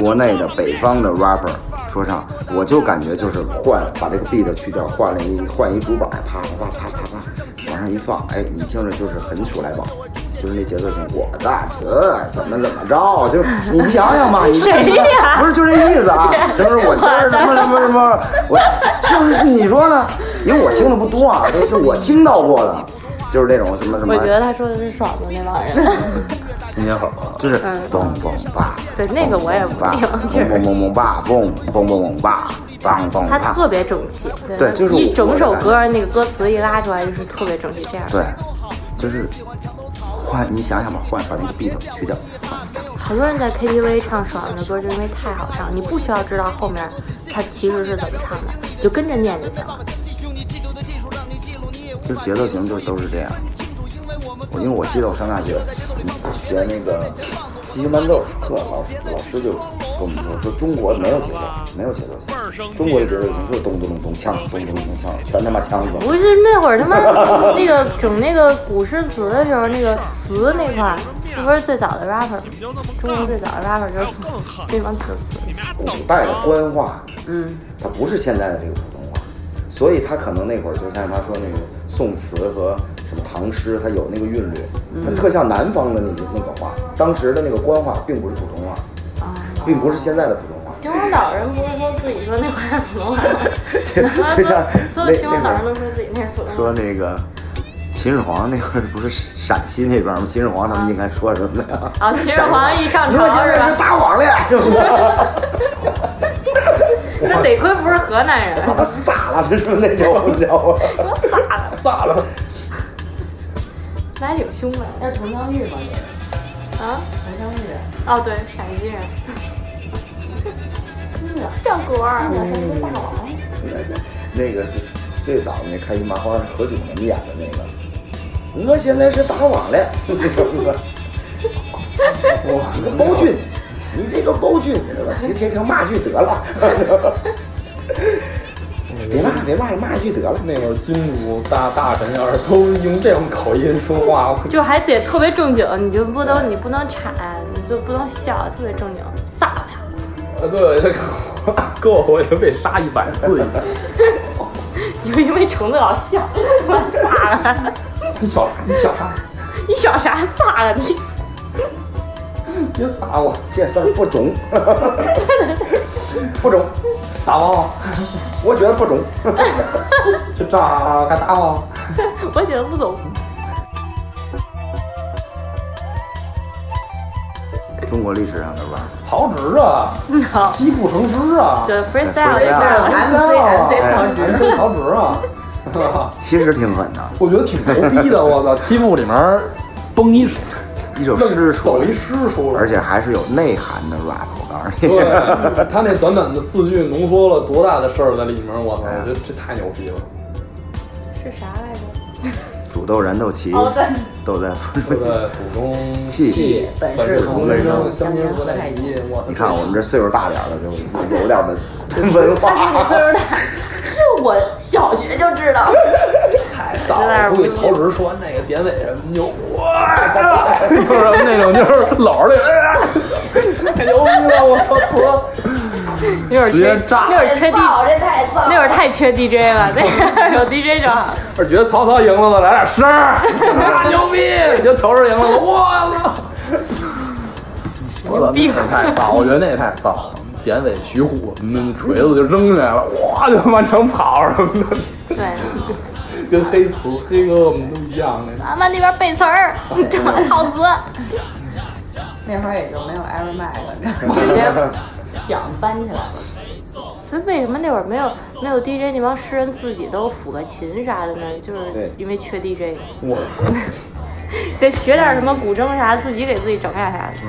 Speaker 7: 国内的北方的 rapper 说唱，我就感觉就是换把这个 beat 去掉，换了一换一主板，啪啪啪啪啪啪往上一放，哎，你听着就是很数来宝。就是那节奏性，我大词怎么怎么着，就是你想想吧，你
Speaker 5: 谁呀
Speaker 7: 不是就这意思啊，就是我今儿什么什么什么，我是不是你说呢？因为我听的不多啊，就就我听到过的，就是那种什么什么
Speaker 5: 我，觉得他说的是爽子那帮人。
Speaker 6: 新年好啊，
Speaker 7: 就是嘣嘣吧，
Speaker 5: 对嗯那个我也不
Speaker 7: 嘣
Speaker 5: 听
Speaker 7: 嘣
Speaker 5: 确实
Speaker 7: 嘣嘣嘣吧，嘣嘣嘣嘣吧，嘣嘣
Speaker 5: 他
Speaker 7: 啪
Speaker 5: 特别整齐，
Speaker 7: 对就是
Speaker 5: 一
Speaker 7: 我
Speaker 5: 整首
Speaker 7: 我的感觉
Speaker 5: 歌那个歌词一拉出来就是特别整齐，这样
Speaker 7: 对，就是换你想想吧，换把那个 beat 去掉，
Speaker 5: 好多人在 KTV 唱爽文的歌，就因为太好唱，你不需要知道后面它其实是怎么唱的，你就跟着念就行了。
Speaker 7: 就节奏型就都是这样。我因为我记得我上大学，我们学那个即兴伴奏课，老师老师就跟我们说说中国没有节奏，没有节奏型，中国的节奏型就是咚咚咚咚锵，咚咚咚咚锵，全他妈锵死了。
Speaker 5: 不是那会儿他妈 那个整那个古诗词的时候，那个词那块儿是不是最早的 rapper？中国最早的 rapper 就是宋词那帮词词。
Speaker 7: 古代的官话，
Speaker 5: 哦
Speaker 7: 嗯，它不是现在的这个普通话，所以它可能那会儿就像他说那个宋词和什么唐诗，它有那个韵律，
Speaker 5: 嗯
Speaker 7: 它特像南方的那那个话，当时的那个官话并不是普通话，
Speaker 5: 哦
Speaker 7: 并不是现在的普通 话。
Speaker 5: 秦皇岛人不是说自己说那块儿普通话吗
Speaker 7: 就 就像
Speaker 5: 所有秦
Speaker 7: 那
Speaker 5: 皇岛
Speaker 7: 那
Speaker 5: 人
Speaker 7: 会
Speaker 5: 都
Speaker 7: 儿
Speaker 5: 说自己那是普通话。
Speaker 7: 说那个秦始皇那会儿不是陕西那边吗？秦始皇他们应该说什么呀？
Speaker 5: 啊秦始皇一上朝
Speaker 7: 如果现
Speaker 5: 是吧
Speaker 7: 在是大王爷，是 吧？
Speaker 5: 那得亏不是河南人，
Speaker 7: 把他撒了，就是那种，你知道吗？
Speaker 5: 我撒 了，
Speaker 6: 撒了，
Speaker 5: 那还挺凶的
Speaker 8: 那是佟湘玉吗？
Speaker 5: 啊！
Speaker 8: 佟湘玉，
Speaker 5: 哦，对，陕西人，效果儿，
Speaker 7: 那个是最早的那开心麻花何炅他们演的那个。我现在是大王了，你知道吗？ 我包俊，你这个包俊，你知道吧？行行行，骂句得了， 别骂了，别骂了，骂一句得了。
Speaker 6: 那会儿金主大大臣要是都用这种口音说话，我
Speaker 5: 就还得特别正经，你就不能你不能铲，你就不能笑，特别正经，撒了他，
Speaker 6: 呃对，这个够我就被杀一百次，
Speaker 5: 你就因为虫子老笑， 我撒了他，
Speaker 6: 你小你小啥？
Speaker 5: 你想啥 撒了你？
Speaker 6: 别撒我，
Speaker 7: 这事儿不中， 不中，
Speaker 6: 打我，
Speaker 7: 我觉得不中。
Speaker 6: 就这样还打我。
Speaker 5: 我觉得不走。
Speaker 7: 中国历史上的 rap，
Speaker 6: 曹植啊，击鼓成诗啊，哎
Speaker 5: 对
Speaker 7: freestyle
Speaker 5: 呃 freestyle
Speaker 7: 哎
Speaker 8: MC MC 曹
Speaker 6: 人
Speaker 8: 植，
Speaker 6: 生曹植 啊，
Speaker 7: 其实挺狠的，
Speaker 6: 我觉得挺牛逼的。我操，七部里面崩一 首
Speaker 7: 一首诗
Speaker 6: 愣
Speaker 7: 出
Speaker 6: 走
Speaker 7: 来
Speaker 6: 一，诗出来
Speaker 7: 而，且还是有内涵的 rap，我告 诉你，
Speaker 6: 对他那短短的四句浓缩了多大的事儿在里面，我操，我觉得这太牛逼了。
Speaker 5: 是啥来着？哦
Speaker 7: 煮豆燃豆萁，豆在
Speaker 6: 对 不对？府中
Speaker 7: 气
Speaker 6: 本是同根生，相煎何太急。我
Speaker 7: 你看我们这岁数大点儿的就有点儿 的文
Speaker 8: 你岁
Speaker 7: 化，
Speaker 8: 数大，这我小学就知道。
Speaker 6: 太早了，我估计曹植说完那个典韦什么就哇， 就是那种就是老是哎 那，太牛逼了！我操，词
Speaker 5: 那会儿
Speaker 6: 直
Speaker 5: 缺
Speaker 6: 接炸
Speaker 5: 那会儿缺 D，
Speaker 8: 这太燥
Speaker 5: 那会儿太缺 DJ 了，那个有 DJ 就好。
Speaker 6: 我觉得曹操赢了呢，来点声儿， 牛逼！你觉得曹植赢了，我操！我操，那太燥，我觉得那太燥了。典韦、徐虎，那锤子就扔下来了，哇，就满城跑什么的。
Speaker 5: 对，
Speaker 6: 跟黑词、黑歌我们都一样那
Speaker 5: 咱们那边背词儿，好词。
Speaker 8: 那会儿也就没有 Air Mac，你知道吗？直 接讲搬起来了。
Speaker 5: 所以为什么那会儿没有没有 DJ？那帮诗人自己都抚个琴啥的呢？就是
Speaker 7: 对
Speaker 5: 因为缺 DJ，
Speaker 6: 我
Speaker 5: 得学点什么古筝啥，自己给自己整点啥的。
Speaker 6: 嗯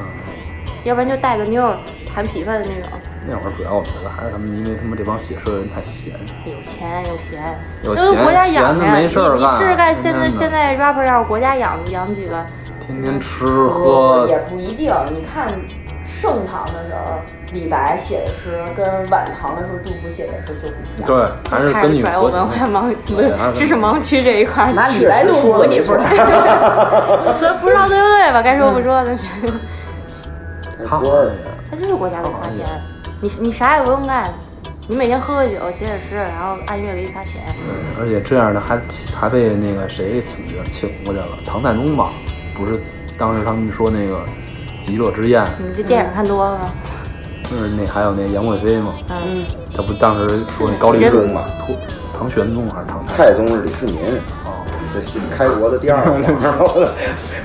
Speaker 5: 要不然就带个妞儿弹琵琶的那种，
Speaker 6: 那会儿主要我觉得还是他们，因为他们这帮写诗的人太闲，
Speaker 5: 有钱有闲，
Speaker 6: 有
Speaker 5: 都是
Speaker 6: 钱
Speaker 5: 国家养
Speaker 6: 闲
Speaker 5: 着
Speaker 6: 得没事儿
Speaker 5: 你你
Speaker 6: 干
Speaker 5: 试试看，
Speaker 6: 真
Speaker 5: 现在
Speaker 6: 的
Speaker 5: 现在 rapper 要是国家养养几 个，
Speaker 6: 天天吃喝
Speaker 8: 也。不一定。你看盛唐的时候，李白写的诗跟晚唐的时候杜甫写的诗就不一样。
Speaker 6: 对，还是
Speaker 5: 开
Speaker 6: 根
Speaker 5: 始
Speaker 6: 据
Speaker 5: 拽
Speaker 6: 国
Speaker 5: 我
Speaker 6: 情
Speaker 5: 文化盲
Speaker 6: 还是
Speaker 5: 知识盲区这一块儿，
Speaker 8: 妈，李白杜甫你不是太
Speaker 5: 所以不知道对不对吧？该说不说的，
Speaker 6: 他玩儿
Speaker 5: 他就是国家给发钱，你你啥也不用干，你每天喝喝酒，写写诗，然后按月给你发钱。
Speaker 6: 而且这样的还还被那个谁给请去请过去了，唐太宗吧，不是当时他们说那个极乐之宴，
Speaker 5: 你这电影看多了吗？
Speaker 6: 就是那还有那杨贵妃嘛，
Speaker 5: 嗯，
Speaker 6: 他不当时说那高力士
Speaker 7: 仁嘛
Speaker 6: 唐唐玄宗还是唐太 宗？
Speaker 7: 太宗是李世民，
Speaker 6: 哦
Speaker 7: 这是开国的第 二皇上，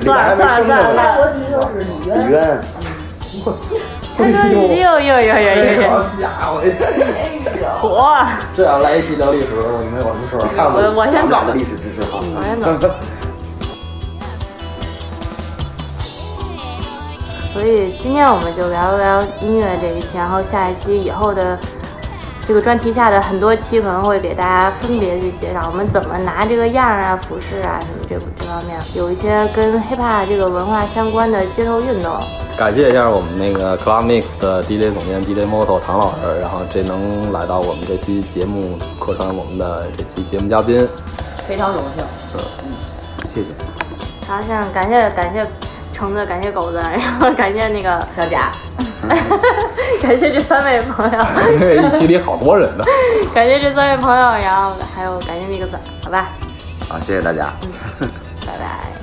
Speaker 7: 李白还没生呢
Speaker 5: 算了算了算了
Speaker 8: 国第一个是李
Speaker 7: 李
Speaker 8: 渊，
Speaker 7: 渊，
Speaker 5: 他说又又又又又又
Speaker 6: 家伙，
Speaker 5: 火，
Speaker 6: 这要来一期聊历史，我跟你们有什么事儿？
Speaker 7: 看
Speaker 5: 我我先
Speaker 7: 咱
Speaker 5: 走嗯
Speaker 7: 俩的历史知识好。
Speaker 5: 我先走。所以今天我们就聊一聊音乐这一期，然后下一期以后的这个专题下的很多期可能会给大家分别去介绍我们怎么拿这个样儿啊、服饰啊什么这这方面，有一些跟 hiphop 这个文化相关的街头运动。
Speaker 6: 感谢一下我们那个 Club Mix 的 DJ 总监 DJ Moto 唐老师，然后这能来到我们这期节目客串我们的这期节目嘉宾，嗯
Speaker 8: 非常荣幸。
Speaker 7: 谢谢，
Speaker 5: 好，现在感谢感谢橙子，感谢狗子，然后感谢那个，
Speaker 8: 小贾，
Speaker 5: 感谢这三位朋友，
Speaker 6: 因为 一期里好多人 呢。
Speaker 5: 感谢这三位朋友，然后还有感谢 Mix，好吧，
Speaker 7: 好，谢谢大家。
Speaker 5: 拜拜。